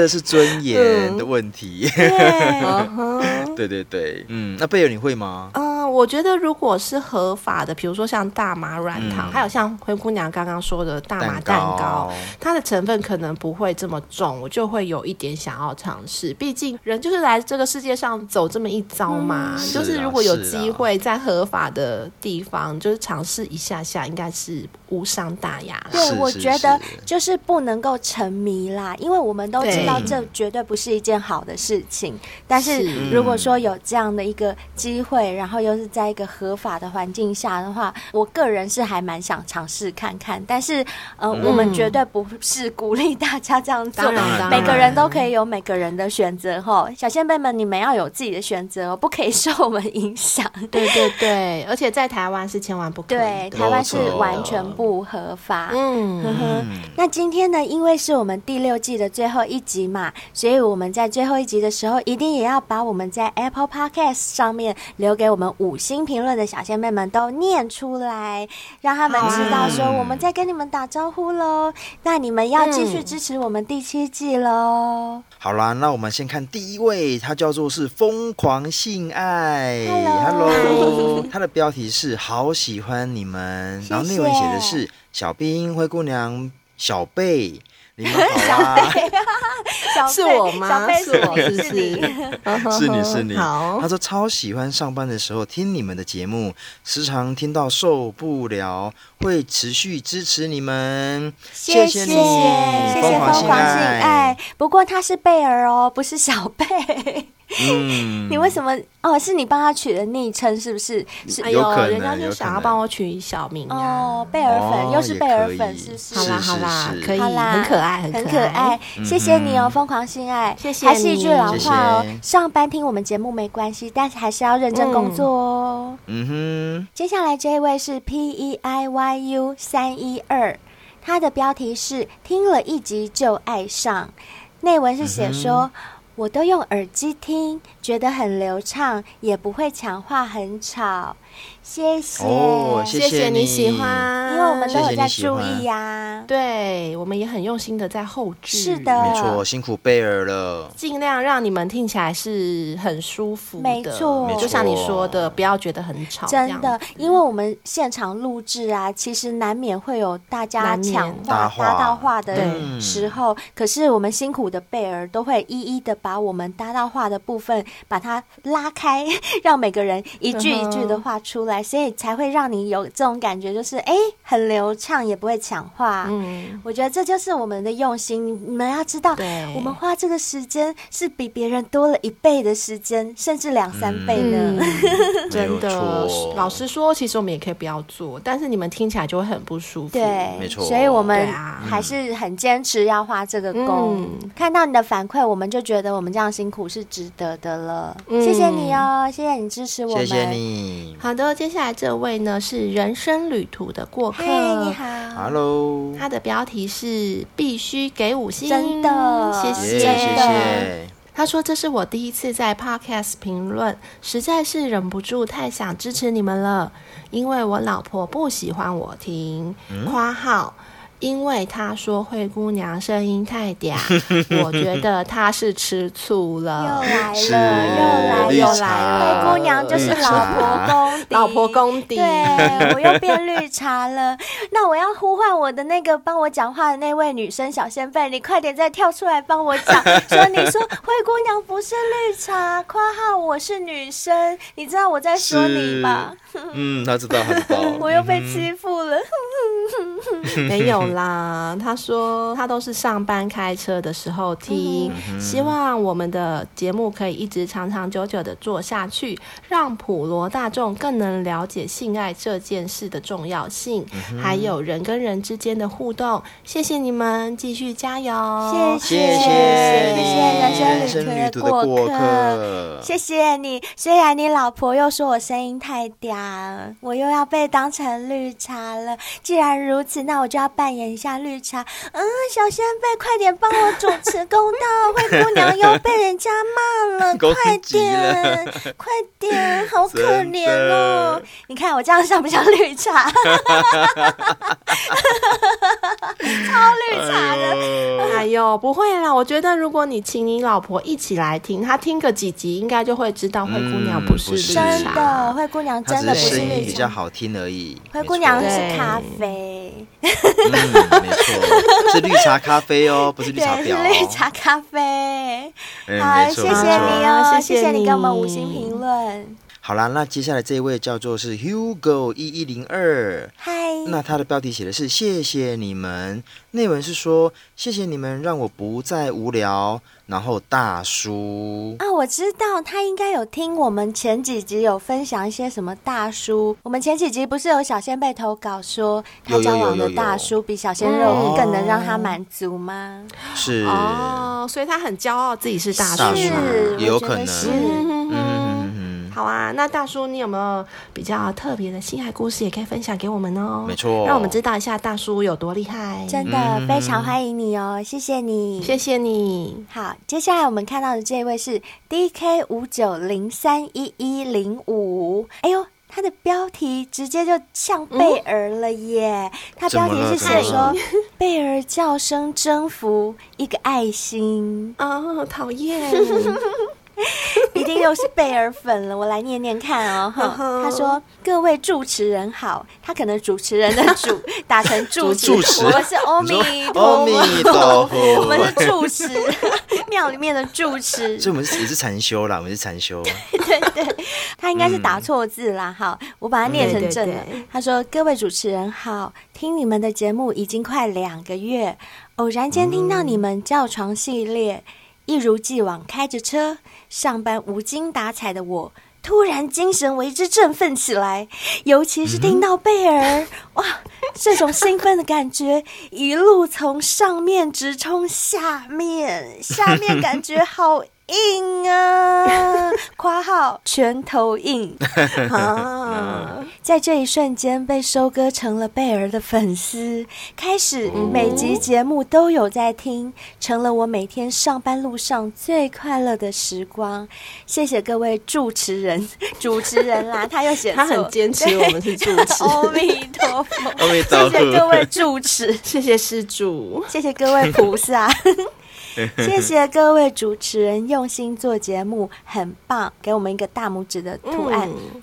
Speaker 3: 这是尊严的问 题。
Speaker 2: 对，
Speaker 4: 嗯哼。
Speaker 3: 对对对，嗯，那贝尔你会吗？
Speaker 4: 嗯，我觉得如果是合法的，比如说像大麻软糖，
Speaker 3: 嗯
Speaker 4: 还有像灰姑娘刚刚说的大麻
Speaker 3: 蛋
Speaker 4: 蛋糕，
Speaker 3: 糕
Speaker 4: 它的成分可能不会这么重，我就会有一点想要尝试。毕竟人就是来这个世界上走这么一遭嘛，
Speaker 3: 嗯
Speaker 4: 就是
Speaker 3: 啊
Speaker 4: 如果有
Speaker 3: 是啊
Speaker 4: 机会在合法的地方，就是尝试一下下，应该是无伤大雅 啦。
Speaker 3: 是
Speaker 2: 对，我
Speaker 3: 是
Speaker 2: 觉得
Speaker 3: 是
Speaker 2: 就是不能够沉迷啦，因为我们都知道
Speaker 4: 对
Speaker 2: 这绝对不是一件好的事情。但是
Speaker 4: 是
Speaker 2: 如果说有这样的一个机会，然后又是在一个合法的环境下的话，我个人是还蛮想尝试看看。但是，呃，我们绝对不是鼓励大家这样做，
Speaker 4: 当然，
Speaker 3: 嗯
Speaker 4: 当然
Speaker 2: 每个人都可以有每个人的选择哈，小先辈们，你们要有自己的选择哦，不可以受我们影响。
Speaker 4: 对对对，而且在台湾是千万不可以
Speaker 2: 对，
Speaker 4: 的。
Speaker 2: 台湾是完全不合法。
Speaker 4: 嗯，
Speaker 2: 那今天呢，因为是我们第六季的最后一集嘛，所以我们在最后一集的时候，一定也要把我们在 Apple Podcast 上面留给我们五星评论的小先辈们都念出来，让他们知道说
Speaker 3: 好啊
Speaker 2: 我们在跟你们打招呼喽。那你们要继续
Speaker 4: 嗯
Speaker 2: 支持我们第七季喽。
Speaker 3: 好啦，那我们先看第一位，他叫做是疯狂性爱
Speaker 2: Hello
Speaker 3: Hello 他的标题是好喜欢你们，然后内文写的是小兵、灰姑娘、小贝，你 们好啊，
Speaker 2: 小
Speaker 4: 是
Speaker 2: 贝
Speaker 4: 我吗
Speaker 2: 小贝
Speaker 4: 是我
Speaker 2: 你
Speaker 4: 是不
Speaker 2: 是你。
Speaker 3: 是你是你，
Speaker 4: 好
Speaker 3: 他，说超喜欢上班的时候听你们的节目，时常听到受不了，会持续支持你们，
Speaker 2: 谢
Speaker 3: 谢
Speaker 2: 谢
Speaker 3: 你，
Speaker 2: 谢谢
Speaker 3: 疯
Speaker 2: 疯狂
Speaker 3: 性
Speaker 2: 性爱，不过他是贝儿哦，不是小贝。
Speaker 3: 嗯，
Speaker 2: 你为什么？哦，是你帮他取的昵称是不是？是
Speaker 4: 哎
Speaker 3: 有可能
Speaker 4: 呦，人家就
Speaker 3: 有
Speaker 4: 想
Speaker 3: 可
Speaker 4: 要
Speaker 3: 能
Speaker 4: 帮我取小名啊
Speaker 2: 哦，。贝尔粉
Speaker 3: 哎哦
Speaker 2: 又是
Speaker 3: 也
Speaker 2: 贝尔
Speaker 3: 可
Speaker 2: 粉，
Speaker 3: 以
Speaker 2: 是不是？
Speaker 4: 好啦
Speaker 3: 是
Speaker 4: 好啦
Speaker 3: 是，
Speaker 4: 可以，
Speaker 2: 好啦，
Speaker 4: 很可爱，
Speaker 2: 很
Speaker 4: 可
Speaker 2: 爱。。谢谢你哦，
Speaker 3: 嗯哼
Speaker 2: 疯狂性爱，
Speaker 4: 谢谢
Speaker 2: 还是一
Speaker 4: 你
Speaker 2: 句老
Speaker 3: 谢
Speaker 2: 话哦，
Speaker 3: 谢
Speaker 2: 上班听我们节目没关系，但是还是要认真工作哦。
Speaker 3: 嗯
Speaker 2: 接下来这一位是 P E I Y U 三一二，他的标题是“听了一集就爱上”，内文是
Speaker 3: 嗯
Speaker 2: 写说。我都用耳机听，觉得很流畅，也不会抢话很吵。谢谢，
Speaker 3: 哼，哦，
Speaker 4: 谢
Speaker 3: 谢
Speaker 4: 你
Speaker 3: 你
Speaker 4: 喜，欢，
Speaker 2: 因为我们都
Speaker 3: 谢
Speaker 2: 有
Speaker 3: 你
Speaker 2: 在
Speaker 3: 喜
Speaker 2: 注
Speaker 3: 欢
Speaker 2: 意呀、
Speaker 4: 对我们也很用心的在后置，
Speaker 2: 是的
Speaker 3: 没错，辛苦贝尔了。
Speaker 4: 尽量让你们听起来是很舒服的，
Speaker 2: 没错没
Speaker 4: 就像你
Speaker 3: 错
Speaker 4: 说的，不要觉得很吵，
Speaker 2: 真的，因为
Speaker 4: 嗯
Speaker 2: 我们现场录制啊，其实难免会有大家
Speaker 4: 难免
Speaker 2: 抢话、
Speaker 3: 搭话
Speaker 2: 搭到话的
Speaker 3: 对
Speaker 2: 时候，可是我们辛苦的贝尔都会一一的把我们搭到话的部分把它拉开， 让每个人一句一句的
Speaker 4: 嗯
Speaker 2: 话出来，所以才会让你有这种感觉，就是哎，很流畅，也不会抢话。
Speaker 4: 嗯，
Speaker 2: 我觉得这就是我们的用心，你你们要知道
Speaker 4: 对，
Speaker 2: 我们花这个时间是比别人多了一倍的时间，甚至两三倍呢。
Speaker 4: 嗯，
Speaker 3: 没有
Speaker 4: 真的
Speaker 3: 错，
Speaker 4: 老实说，其实我们也可以不要做，但是你们听起来就会很不舒服，
Speaker 2: 对，
Speaker 3: 没错
Speaker 2: 所以我们
Speaker 4: 对啊
Speaker 2: 还是很坚持要花这个工。
Speaker 4: 嗯
Speaker 2: 看到你的反馈，我们就觉得我们这样辛苦是值得的了。
Speaker 4: 嗯
Speaker 2: 谢谢你哦，谢谢你支持我
Speaker 3: 谢
Speaker 2: 们。
Speaker 3: 谢你
Speaker 4: 好的，接下来这位呢是人生旅途的过客，
Speaker 2: 嗨，你好。
Speaker 3: ，Hello，
Speaker 4: 他的标题是必须给五星，
Speaker 2: 真的
Speaker 4: 谢
Speaker 3: 耶
Speaker 4: 嗯谢
Speaker 3: 谢谢，
Speaker 4: 他说：“这是我第一次在 Podcast 评论，实在是忍不住太想支持你们了，因为我老婆不喜欢我听。
Speaker 3: 嗯
Speaker 4: 括号，因为她说灰姑娘声音太嗲，我觉得她是吃醋
Speaker 2: 又
Speaker 4: 了。
Speaker 2: 来
Speaker 3: 是
Speaker 2: 了，
Speaker 3: 绿
Speaker 2: 又来了，又来
Speaker 3: 茶
Speaker 2: 了！灰姑娘就是
Speaker 3: 绿
Speaker 2: 老婆
Speaker 3: 茶
Speaker 2: 公敌，
Speaker 4: 老婆公敌
Speaker 2: 对，我又变绿茶了。那我要呼唤我的那个帮我讲话的那位女生小先辈，你快点再跳出来帮我讲，说你说灰姑娘不是绿茶，括号我是女生，你知道我在说你吧？，
Speaker 3: 嗯，他知道，他知道
Speaker 2: 我又被欺负了。
Speaker 4: 没有啦，他说他都是上班开车的时候
Speaker 3: 嗯
Speaker 4: 听，希望我们的节目可以一直长长久久的做下去，让普罗大众更能了解性爱这件事的重要性，
Speaker 3: 嗯
Speaker 4: 还有人跟人之间的互动。谢谢你们，继续加油！
Speaker 2: 谢谢
Speaker 3: 谢谢
Speaker 2: 谢
Speaker 3: 你，
Speaker 2: 谢人生
Speaker 3: 人生
Speaker 2: 旅
Speaker 3: 旅
Speaker 2: 途
Speaker 3: 途
Speaker 2: 的
Speaker 3: 的
Speaker 2: 过
Speaker 3: 过
Speaker 2: 客
Speaker 3: 客，
Speaker 2: 谢谢你，虽然你老婆又说我声音太嗲，我又要被当成绿茶了。既然如此，那我就要扮演一下绿茶。嗯，小仙贝，快点帮我主持公道，灰姑娘又被人家骂 了，
Speaker 3: 攻
Speaker 2: 快
Speaker 3: 击了
Speaker 2: 点， 快点，好可
Speaker 3: 真
Speaker 2: 怜哦
Speaker 3: 的！
Speaker 2: 你看我这样像不像绿茶？ 超绿茶的。
Speaker 4: 哎呦，不会啦！我觉得如果你请你老婆一起来听，她听个几集，应该就会知道灰姑娘
Speaker 3: 嗯
Speaker 4: 不是
Speaker 3: 不
Speaker 4: 绿
Speaker 3: 是
Speaker 4: 茶。
Speaker 2: 真的，灰姑娘
Speaker 3: 他
Speaker 2: 真
Speaker 3: 只
Speaker 2: 的不
Speaker 3: 是
Speaker 2: 是
Speaker 3: 声
Speaker 2: 绿
Speaker 3: 音比较
Speaker 2: 茶，
Speaker 3: 好听而已。
Speaker 2: 灰姑娘
Speaker 3: 没错
Speaker 2: 是咖啡，
Speaker 3: 嗯，没错，是绿茶咖啡哦，不是绿茶
Speaker 2: 对，
Speaker 3: 婊
Speaker 2: 是
Speaker 3: 哦。
Speaker 2: 绿茶咖啡。
Speaker 3: 嗯
Speaker 2: 好，
Speaker 3: 没
Speaker 2: 谢
Speaker 3: 错
Speaker 2: 谢
Speaker 3: 没错
Speaker 2: 你哦，
Speaker 4: 没错
Speaker 2: 谢谢你给我们五星
Speaker 4: 谢谢你
Speaker 2: 评论。
Speaker 3: 好啦，那接下来这一位叫做是 Hugo 一一零二，
Speaker 2: 嗨，
Speaker 3: 那他的标题写的是“谢谢你们”，内文是说“谢谢你们让我不再无聊”，然后大叔。
Speaker 2: 啊，我知道他应该有听我们前几集有分享一些什么大叔。我们前几集不是有小仙贝投稿说他
Speaker 3: 有有
Speaker 2: 交
Speaker 3: 有
Speaker 2: 往的
Speaker 3: 有有
Speaker 2: 大叔比小鲜肉更能让他满足吗？
Speaker 3: 是，
Speaker 4: 哦，所以她很骄傲自己是大
Speaker 3: 大叔
Speaker 4: 叔。嗯
Speaker 2: 是，
Speaker 3: 也有
Speaker 2: 我觉得
Speaker 3: 可能
Speaker 2: 是
Speaker 3: 嗯嗯嗯
Speaker 4: 好啊，那大叔，你有没有比较特别的性爱故事，也可以分享给我们哦？
Speaker 3: 没错
Speaker 4: 让我们知道一下大叔有多厉害。
Speaker 2: 真的
Speaker 3: 嗯
Speaker 2: 非常欢迎你哦，谢谢你，
Speaker 4: 谢谢你，
Speaker 2: 好，接下来我们看到的这位是 D K 五九零三一一零五。哎呦，他的标题直接就像贝尔了耶！他标题是写
Speaker 3: 怎
Speaker 2: 说
Speaker 3: 么了
Speaker 2: “贝尔叫声征服”，一个爱心，
Speaker 4: 哦，讨厌，
Speaker 2: 一定又是贝尔粉了。我来念念看哦。哈他说：“各位主持人好，他可能主持人的主打成主持，
Speaker 3: 主持
Speaker 2: 我们是欧
Speaker 3: 嗯，你
Speaker 2: 米
Speaker 3: 说阿
Speaker 2: 陀
Speaker 3: 弥
Speaker 2: 佛
Speaker 3: 陀，佛，
Speaker 2: 我们是住持，庙里面的住持。”
Speaker 3: 这我们是也是禅修啦，我们是 禅修，
Speaker 2: 他应该是打错字啦，哈、我把它念成正的。
Speaker 4: 嗯对对对
Speaker 2: 他说：“各位主持人好，听你们的节目已经快两个月，偶然间听到你们叫床系列。一如既往开着车上班，无精打采的我。突然精神为之振奋起来，尤其是听到贝尔，哇，这种兴奋的感觉一路从上面直冲下面，下面感觉好硬啊！（括号拳头硬）
Speaker 3: 嗯
Speaker 4: 啊，
Speaker 2: 在这一瞬间被收割成了贝尔的粉丝，开始每集节目都有在听，成了我每天上班路上最快乐的时光。谢谢各位主持人， 主持人啦，他又写错，
Speaker 4: 他很坚持
Speaker 2: 对
Speaker 4: 我们是主持
Speaker 2: 阿弥陀佛，
Speaker 3: 阿弥
Speaker 2: 谢
Speaker 3: 陀佛
Speaker 2: 谢各位主持，
Speaker 4: 谢谢施主。
Speaker 2: 谢谢各位菩萨，谢谢各位主持人用心做节目，很棒，给我们一个大拇指的图案。
Speaker 4: 嗯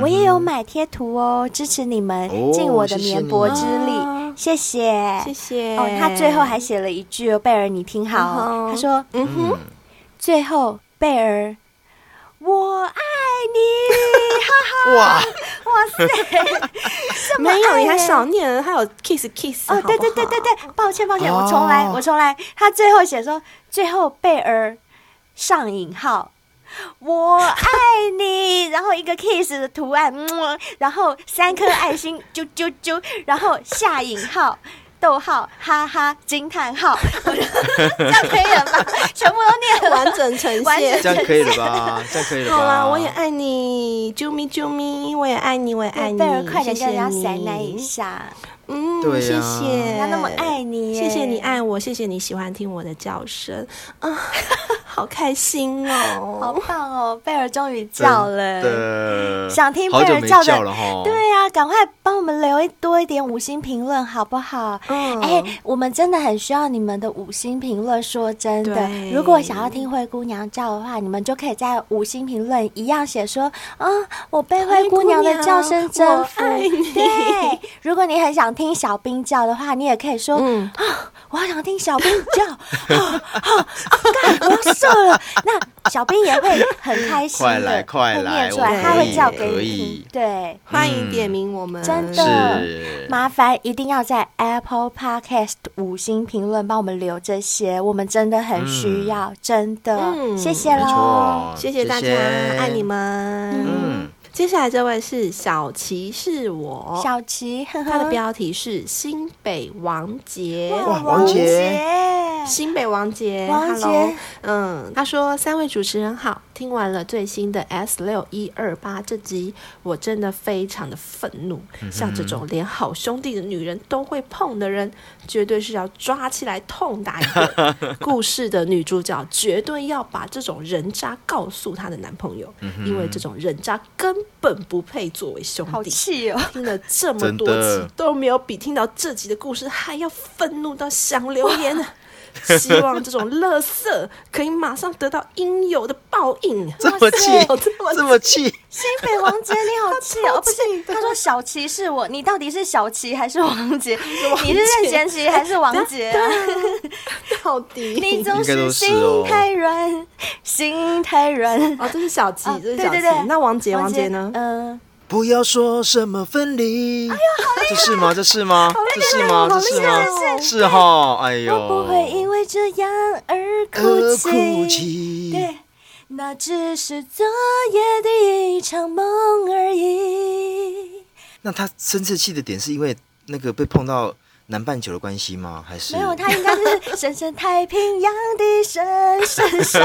Speaker 2: 我也有买贴图哦，支持你们
Speaker 3: 哦
Speaker 2: 尽我的绵薄之力
Speaker 4: 哦，
Speaker 2: 谢谢。
Speaker 4: 谢谢。
Speaker 2: 哦，他最后还写了一句哦，贝尔你听好哦，
Speaker 4: 嗯哼
Speaker 2: 他说
Speaker 4: 嗯哼，
Speaker 2: 最后贝尔，我爱你，
Speaker 3: 哇，
Speaker 2: 哈哈，哇塞， 这么
Speaker 4: 没有，
Speaker 2: 爱
Speaker 4: 你还
Speaker 2: 耶
Speaker 4: 少念了，还有 kiss kiss
Speaker 2: 哦，对对对对，对，抱歉抱歉，我重来
Speaker 3: 哦
Speaker 2: 我重来。他最后写说，最后贝尔上引号。我爱你， 然后一个 kiss 的图案，么然后三颗爱心，啾啾啾，然后下引号，逗号，哈哈，惊叹号， 这样可以了 吧？全部都念
Speaker 4: 完
Speaker 2: 了，
Speaker 4: 整 呈
Speaker 2: 完
Speaker 4: 现
Speaker 2: 整。
Speaker 3: 这样可以了吧？这样可以了吧？
Speaker 4: 好啦，我也爱你，啾咪啾咪，我也爱你，我也爱
Speaker 2: 对
Speaker 4: 你。
Speaker 2: 贝尔快点
Speaker 4: 谢
Speaker 2: 跟人
Speaker 4: 谢
Speaker 2: 家
Speaker 4: 你
Speaker 2: 塞奶一，下，
Speaker 4: 嗯，
Speaker 3: 对
Speaker 4: 谢
Speaker 3: 呀
Speaker 4: 谢，
Speaker 2: 人家那么爱你耶，
Speaker 4: 谢谢你爱我，谢谢你喜欢听我的叫声啊， 好开心
Speaker 2: 好
Speaker 4: 哦！
Speaker 2: 棒哦，贝尔终于叫了，
Speaker 3: 真的
Speaker 2: 想听贝
Speaker 3: 好
Speaker 2: 尔
Speaker 3: 久没
Speaker 2: 叫的
Speaker 3: 叫了
Speaker 4: 哦
Speaker 3: 哈。
Speaker 2: 对呀、赶快帮我们留一多一点五星评论好不好？
Speaker 4: 嗯
Speaker 2: 哎、我们真的很需要你们的五星评论。说真的，
Speaker 4: 对
Speaker 2: 如果想要听灰姑娘叫的话，你们就可以在五星评论一样写说啊，我被灰姑娘的叫声征服
Speaker 4: 灰姑娘我爱你。
Speaker 2: 对，如果你很想听小兵叫的话，你也可以说、
Speaker 4: 嗯
Speaker 2: 啊，我好想听小兵叫，啊啊啊！干、我要射了。那小兵也会很开心
Speaker 3: 快
Speaker 2: 的，
Speaker 3: 来快
Speaker 2: 会
Speaker 3: 来
Speaker 2: 念出
Speaker 3: 我
Speaker 2: 来，他
Speaker 4: 可
Speaker 2: 会
Speaker 4: 以
Speaker 2: 叫给
Speaker 3: 可
Speaker 2: 你
Speaker 3: 以
Speaker 2: 听。对。
Speaker 4: 欢迎点名我们，
Speaker 2: 真的
Speaker 3: 是
Speaker 2: 麻烦一定要在 Apple Podcast 五星评论帮我们留这些，我们真的很需要，真的、
Speaker 4: 嗯
Speaker 2: 谢谢
Speaker 3: 没
Speaker 2: 喽。
Speaker 3: 错，
Speaker 4: 谢谢大家，爱你。们。
Speaker 3: 嗯，
Speaker 4: 接下来这位是小琪，是我，
Speaker 2: 小琪，呵呵
Speaker 4: 他的标题是新北王杰。
Speaker 3: 哇王杰
Speaker 4: 新北王杰
Speaker 2: 王杰
Speaker 4: ，Hello，嗯，他说三位主持人好，听完了最新的 S 六一二八这集，我真的非常的愤怒，像这种连好兄弟的女人都会碰的人，绝对是要抓起来痛打一顿。故事的女主角绝对要把这种人渣告诉她的男朋友，因为这种人渣根本不配作为兄
Speaker 2: 好
Speaker 4: 弟。
Speaker 2: 气哦！
Speaker 4: 听了这么多
Speaker 3: 真的
Speaker 4: 集都没有比听到这集的故事还要愤怒到想留言啊！ 希望这种垃圾可以马上得到应有的报应。
Speaker 3: 这么气
Speaker 4: 哇塞这
Speaker 3: 这
Speaker 4: 么
Speaker 3: 么气，
Speaker 2: 新北王杰，你好 气哦！
Speaker 4: 他超
Speaker 2: 哦不是
Speaker 4: 气，的
Speaker 2: 他说小琪是我，你到底是小琪还是王杰？
Speaker 4: 王
Speaker 2: 你是任
Speaker 4: 杰
Speaker 2: 贤齐还是王杰、啊？
Speaker 4: 到底？
Speaker 2: 你总
Speaker 3: 应该都是
Speaker 2: 心
Speaker 3: 哦
Speaker 2: 太软，心太软。
Speaker 4: 哦，这是小吉
Speaker 2: 啊，
Speaker 4: 这是
Speaker 2: 对
Speaker 4: 小
Speaker 2: 对
Speaker 4: 吉
Speaker 2: 对。
Speaker 4: 那王杰，王杰呢？
Speaker 2: 嗯、
Speaker 3: 不要说什么分离。这是吗？这是吗？这是吗？这是吗？是哈，哎呦，
Speaker 2: 我不会因为这样而哭
Speaker 3: 呃
Speaker 2: 泣。
Speaker 3: 哭泣，
Speaker 2: 对，那只是昨夜的一场梦而已。
Speaker 3: 那他生这气的点是因为那个被碰到南半球的关系吗？还是
Speaker 2: 没有，他应该是深深太平洋的深深伤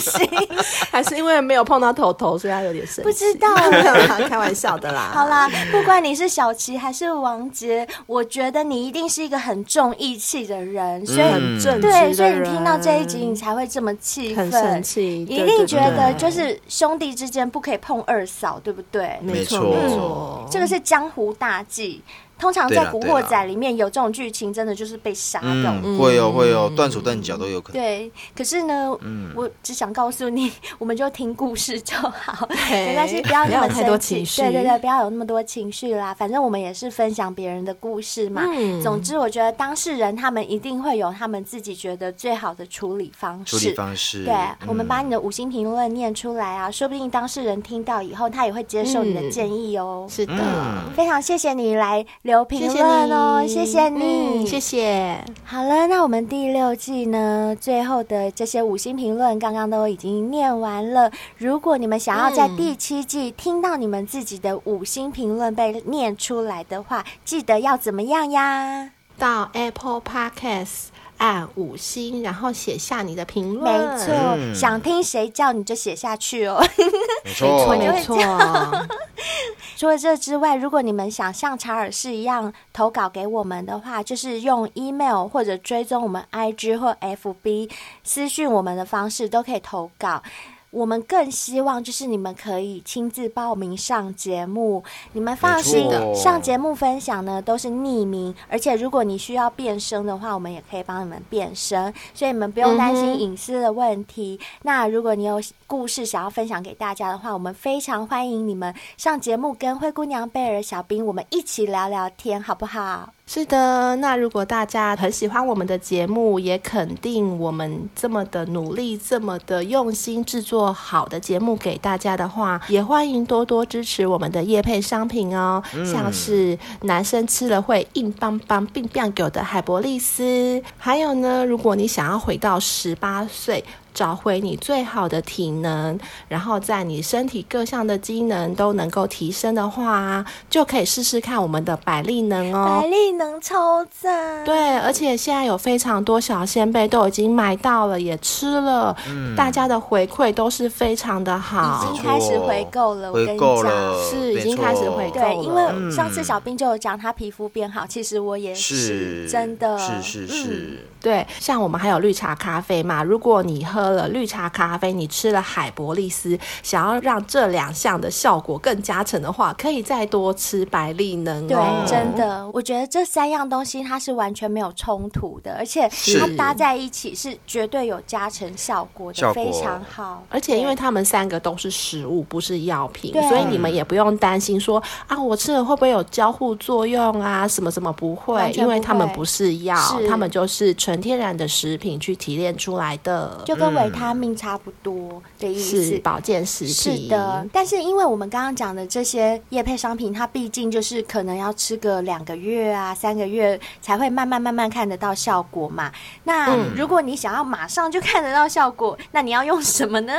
Speaker 2: 心。
Speaker 4: 还是因为没有碰到头头，所以他有点生气？
Speaker 2: 不知道啊
Speaker 4: 没有啦 开玩笑的啦。
Speaker 2: 好，啦，不管你是小琪还是王杰，我觉得你一定是一个很重义气的人，所以、
Speaker 4: 很正直的
Speaker 2: 对，
Speaker 4: 人
Speaker 2: 所以你听到这一集，你才会这么气
Speaker 4: 很
Speaker 2: 愤，
Speaker 4: 生气，
Speaker 2: 一
Speaker 4: 对
Speaker 2: 定
Speaker 4: 对
Speaker 2: 觉得
Speaker 4: 对
Speaker 2: 就是兄弟之间不可以碰二嫂，对不对？
Speaker 4: 没错
Speaker 3: 没错
Speaker 4: 没错，
Speaker 2: 这个是江湖大忌。通常在
Speaker 3: 对
Speaker 2: 《
Speaker 3: 啦
Speaker 2: 古
Speaker 3: 对啦
Speaker 2: 惑仔》里面有这种剧情，真的就是被杀掉。
Speaker 3: 嗯，会哦会哦，断手断脚都有可能。
Speaker 2: 对，可是呢，我只想告诉你， 我们就听故事就好，
Speaker 4: 对
Speaker 2: 没关系，不要
Speaker 4: 不
Speaker 2: 那
Speaker 4: 要
Speaker 2: 么
Speaker 4: 有太多
Speaker 2: 生气
Speaker 4: 情绪
Speaker 2: 对对对，不要有那么多情绪啦。反正我们也是分享别人的故事嘛。
Speaker 4: 嗯
Speaker 2: 总之，我觉得当事人他们一定会有他们自己觉得最好的处理方式。
Speaker 3: 处理方式，
Speaker 2: 对啊
Speaker 3: 嗯，
Speaker 2: 我们把你的五星评论念出来啊，说不定当事人听到以后，他也会接受你的
Speaker 4: 嗯
Speaker 2: 建议哦。
Speaker 4: 是的。
Speaker 3: 嗯
Speaker 2: 非常谢谢你来留评论哦，谢谢你，
Speaker 4: 嗯谢谢。
Speaker 2: 好了，那我们第六季呢，最后的这些五星评论刚刚都已经念完了。如果你们想要在
Speaker 4: 嗯
Speaker 2: 第七季听到你们自己的五星评论被念出来的话，记得要怎么样呀？
Speaker 4: 到 Apple Podcast 按五星，然后写下你的评
Speaker 2: 没
Speaker 4: 论。
Speaker 2: 错，
Speaker 3: 嗯
Speaker 2: 想听谁叫你就写下去哦。
Speaker 3: 没
Speaker 4: 错，
Speaker 3: 错，
Speaker 4: 没错。
Speaker 2: 除了这之外，如果你们想像查尔斯一样投稿给我们的话，就是用 email 或者追踪我们 IG 或 FB 私讯我们的方式都可以投稿。我们更希望就是你们可以亲自报名上节目，你们放心
Speaker 3: 没，错
Speaker 2: 上节目分享呢都是匿名，而且如果你需要变声的话，我们也可以帮你们变声，所以你们不用担
Speaker 4: 嗯
Speaker 2: 心
Speaker 4: 哼
Speaker 2: 隐私的问题。那如果你有故事想要分享给大家的话，我们非常欢迎你们上节目跟灰姑娘、贝尔、小兵我们一起聊聊天，好不好？
Speaker 4: 是的，那如果大家很喜欢我们的节目，也肯定我们这么的努力、这么的用心制作好的节目给大家的话，也欢迎多多支持我们的夜配商品哦，像是男生吃了会硬邦邦、病变狗的海博利斯，还有呢，如果你想要回到十八岁。找回你最好的体能，然后在你身体各项的机能都能够提升的话，就可以试试看我们的百利能哦。
Speaker 2: 百利能超赞，
Speaker 4: 对，而且现在有非常多小先辈都已经买到了，也吃了，大家的回馈都是非常的
Speaker 2: 已
Speaker 4: 好。
Speaker 2: 经开始回购了，我跟
Speaker 3: 回
Speaker 2: 你
Speaker 3: 购
Speaker 2: 讲。
Speaker 3: 了，
Speaker 4: 是已经
Speaker 3: 没错
Speaker 4: 开始回购
Speaker 2: 对，因为
Speaker 4: 嗯
Speaker 2: 上次小兵就有讲他皮肤变好，其实我也
Speaker 3: 是
Speaker 2: 真的，嗯
Speaker 3: 是是是，
Speaker 4: 对，像我们还有绿茶咖啡嘛，如果你喝了绿茶咖啡，你吃了海博利斯，想要让这两项的效果更加成的话，可以再多吃百利能
Speaker 2: 对，
Speaker 4: 哦。
Speaker 2: 真的，我觉得这三样东西它是完全没有冲突的，而且它
Speaker 3: 是
Speaker 2: 搭在一起是绝对有加成效果的，
Speaker 3: 效果
Speaker 2: 非常好。
Speaker 4: 而且因为他们三个都是食物，不是药品
Speaker 2: 对，
Speaker 4: 所以你们也不用担心说啊，我吃了会不会有交互作用啊？什么什么不
Speaker 2: 完
Speaker 4: 会，
Speaker 2: 全
Speaker 4: 因为
Speaker 2: 不
Speaker 4: 他们
Speaker 2: 会
Speaker 4: 不是药，
Speaker 2: 是
Speaker 4: 他们就是纯天然的食品去提炼出来的，
Speaker 2: 就跟维他命差不多的意
Speaker 4: 是
Speaker 2: 思。
Speaker 4: 保健食品。
Speaker 2: 是的，，但是因为我们刚刚讲的这些叶配商品，它毕竟就是可能要吃个两个月啊、三个月才会慢慢慢慢看得到效果嘛。那如果你想要马上就看得到效果，那你要用什么呢？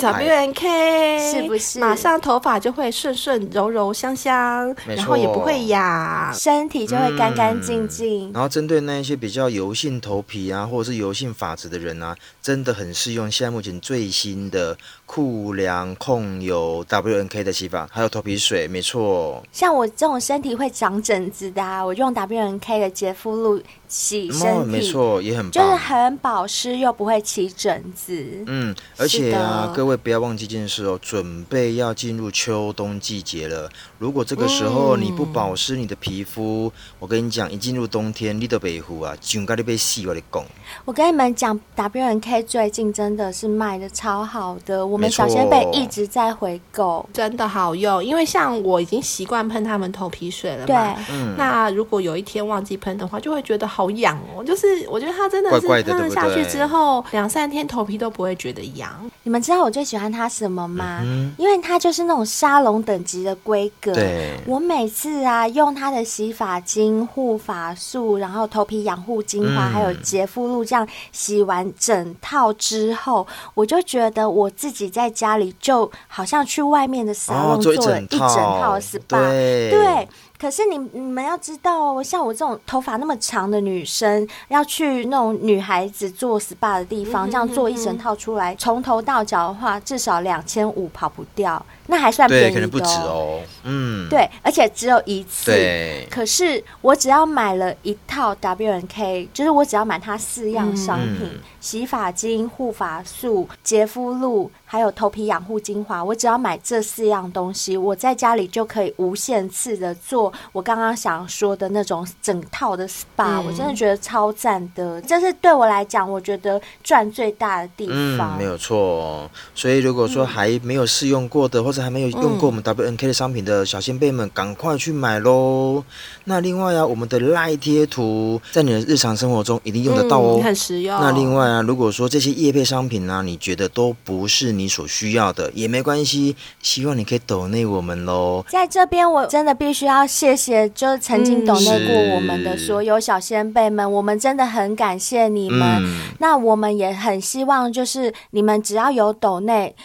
Speaker 4: W N K
Speaker 2: 是不是
Speaker 4: 马上头发就会顺顺柔柔香香，
Speaker 3: 没
Speaker 4: 然后也不
Speaker 3: 错
Speaker 4: 会痒。
Speaker 2: 身体就会干干净净。
Speaker 3: 然后针对那一些比较油性头皮啊，或者是油性发质的人啊，真的很适用现在目前最新的酷凉控油 WNK 的洗发，还有头皮水，没错，
Speaker 2: 像我这种身体会长疹子的、啊，我用 W N K 的洁肤露洗
Speaker 3: 哦，
Speaker 2: 身
Speaker 3: 没
Speaker 2: 体，
Speaker 3: 错，也很棒，
Speaker 2: 就是很保湿又不会起疹子。
Speaker 3: 嗯，而且
Speaker 2: 是
Speaker 3: 啊
Speaker 2: 的，
Speaker 3: 各位不要忘记一件事哦，准备要进入秋冬季节了。如果这个时候
Speaker 2: 嗯
Speaker 3: 你不保湿你的皮肤，我跟你讲，一进入冬天，你的北湖啊，上咖你被洗我的讲，
Speaker 2: 我跟你们讲，W N K 最近真的是卖的超好的，我们
Speaker 3: 没错
Speaker 2: 小仙贝一直在回购。
Speaker 4: 真的好用，因为像我已经习惯喷他们头皮水
Speaker 3: 嗯
Speaker 4: 了
Speaker 2: 对，
Speaker 4: 嘛，那如果有一天忘记喷的话，就会觉得好痒哦。就是我觉得它真的是
Speaker 3: 怪怪的
Speaker 4: 喷
Speaker 3: 对
Speaker 4: 了
Speaker 3: 不
Speaker 4: 下去
Speaker 3: 对
Speaker 4: 之后，两三天头皮都不会觉得痒。
Speaker 2: 你们知道我最喜欢它什么吗？因为它就是那种沙龙等级的规格。
Speaker 3: 嗯对
Speaker 2: 我每次啊用它的洗发精、护发素，然后头皮养护精华，
Speaker 3: 嗯
Speaker 2: 还有洁肤露，这样洗完整套之后，我就觉得我自己在家里就好像去外面的沙
Speaker 3: 哦
Speaker 2: 龙，
Speaker 3: 做
Speaker 2: 做
Speaker 3: 一
Speaker 2: 了
Speaker 3: 整
Speaker 2: 一整套
Speaker 3: 套
Speaker 2: SPA。
Speaker 3: 对
Speaker 2: 对可是你你们要知道哦，像我这种头发那么长的女生，要去那种女孩子做 SPA 的地
Speaker 3: 嗯
Speaker 2: 方，这样做一整套出来，从头到脚的话，至少两千五跑不掉，那还算便
Speaker 3: 对，
Speaker 2: 宜
Speaker 3: 可能不
Speaker 2: 的
Speaker 3: 止。哦，嗯，
Speaker 2: 对，而且只有一次。
Speaker 3: 对，
Speaker 2: 可是我只要买了一套 W N K，就是我只要买它四样商品：
Speaker 3: 嗯
Speaker 2: 洗发精、护发素、洁肤露，还有头皮养护精华。我只要买这四样东西，我在家里就可以无限次的做我刚刚想说的那种整套的 SPA、
Speaker 4: 嗯
Speaker 2: 我真的觉得超赞的，这是对我来讲，我觉得赚最大的地
Speaker 3: 嗯，
Speaker 2: 方。
Speaker 3: 哦没有错。所以如果说还没有试用过的，或者还没有用
Speaker 2: 嗯
Speaker 3: 过我们 WNK 的商品的小先辈们，赶快去买喽！那另外啊，我们的赖贴图在你的日常生活中一定用得到哦。
Speaker 4: 嗯很实用。
Speaker 3: 那另外啊，如果说这些业配商品呢、啊你觉得都不是你所需要的，也没关系，希望你可以抖内我们喽。
Speaker 2: 在这边，我真的必须要谢谢，就是曾经
Speaker 4: 嗯
Speaker 2: 懂内过我们的
Speaker 3: 是
Speaker 2: 所有小先辈们，我们真的很感谢你们。
Speaker 3: 嗯，
Speaker 2: 那我们也很希望，就是你们只要有抖内。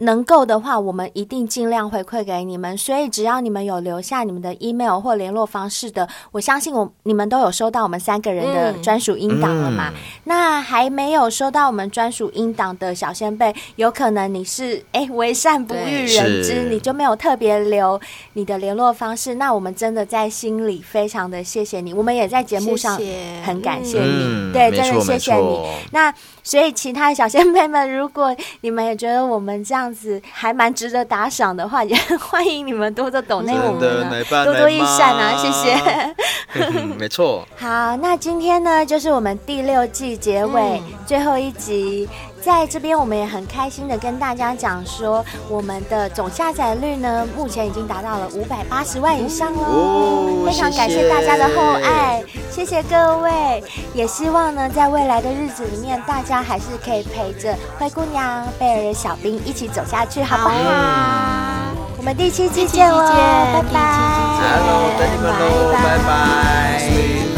Speaker 2: 能够的话，我们一定尽量回馈给你们。所以，只要你们有留下你们的 email 或联络方式的，我相信我你们都有收到我们三个人的
Speaker 4: 嗯
Speaker 2: 专属音档了嘛。那还没有收到我们专属音档的小先辈，有可能你是哎为善不欲人知，
Speaker 3: 是
Speaker 2: 你就没有特别留你的联络方式。那我们真的在心里非常的谢谢你，我们也在节目上
Speaker 4: 谢谢
Speaker 2: 很感谢你，
Speaker 3: 嗯，
Speaker 2: 对，
Speaker 3: 没
Speaker 2: 真
Speaker 3: 错
Speaker 2: 的谢
Speaker 3: 没
Speaker 2: 谢你。
Speaker 3: 错，
Speaker 2: 那所以其他的小先辈们，如果你们也觉得我们这样子还蛮值得打赏的话，也 欢迎你们多多抖内我们
Speaker 3: 真的
Speaker 2: 啊
Speaker 3: 奶爸
Speaker 2: 多多益
Speaker 3: 奶妈
Speaker 2: 善啊，谢谢。
Speaker 3: 嗯没错。
Speaker 2: 好，那今天呢，就是我们第六季结尾、
Speaker 4: 嗯
Speaker 2: 最后一集，在这边我们也很开心的跟大家讲说，我们的总下载率呢，目前已经达到了五百八十万以上喽、
Speaker 3: 哦
Speaker 2: 非常感
Speaker 3: 谢
Speaker 2: 谢
Speaker 3: 谢
Speaker 2: 大家的厚爱，谢谢各位，也希望呢，在未来的日子里面，大家还是可以陪着灰姑娘、贝尔、小兵一起走下去，好不好？我们第七季见喽，哦
Speaker 4: 第七
Speaker 2: 拜拜
Speaker 3: Hello，等
Speaker 4: 季见第七季见
Speaker 3: 你们喽，拜拜。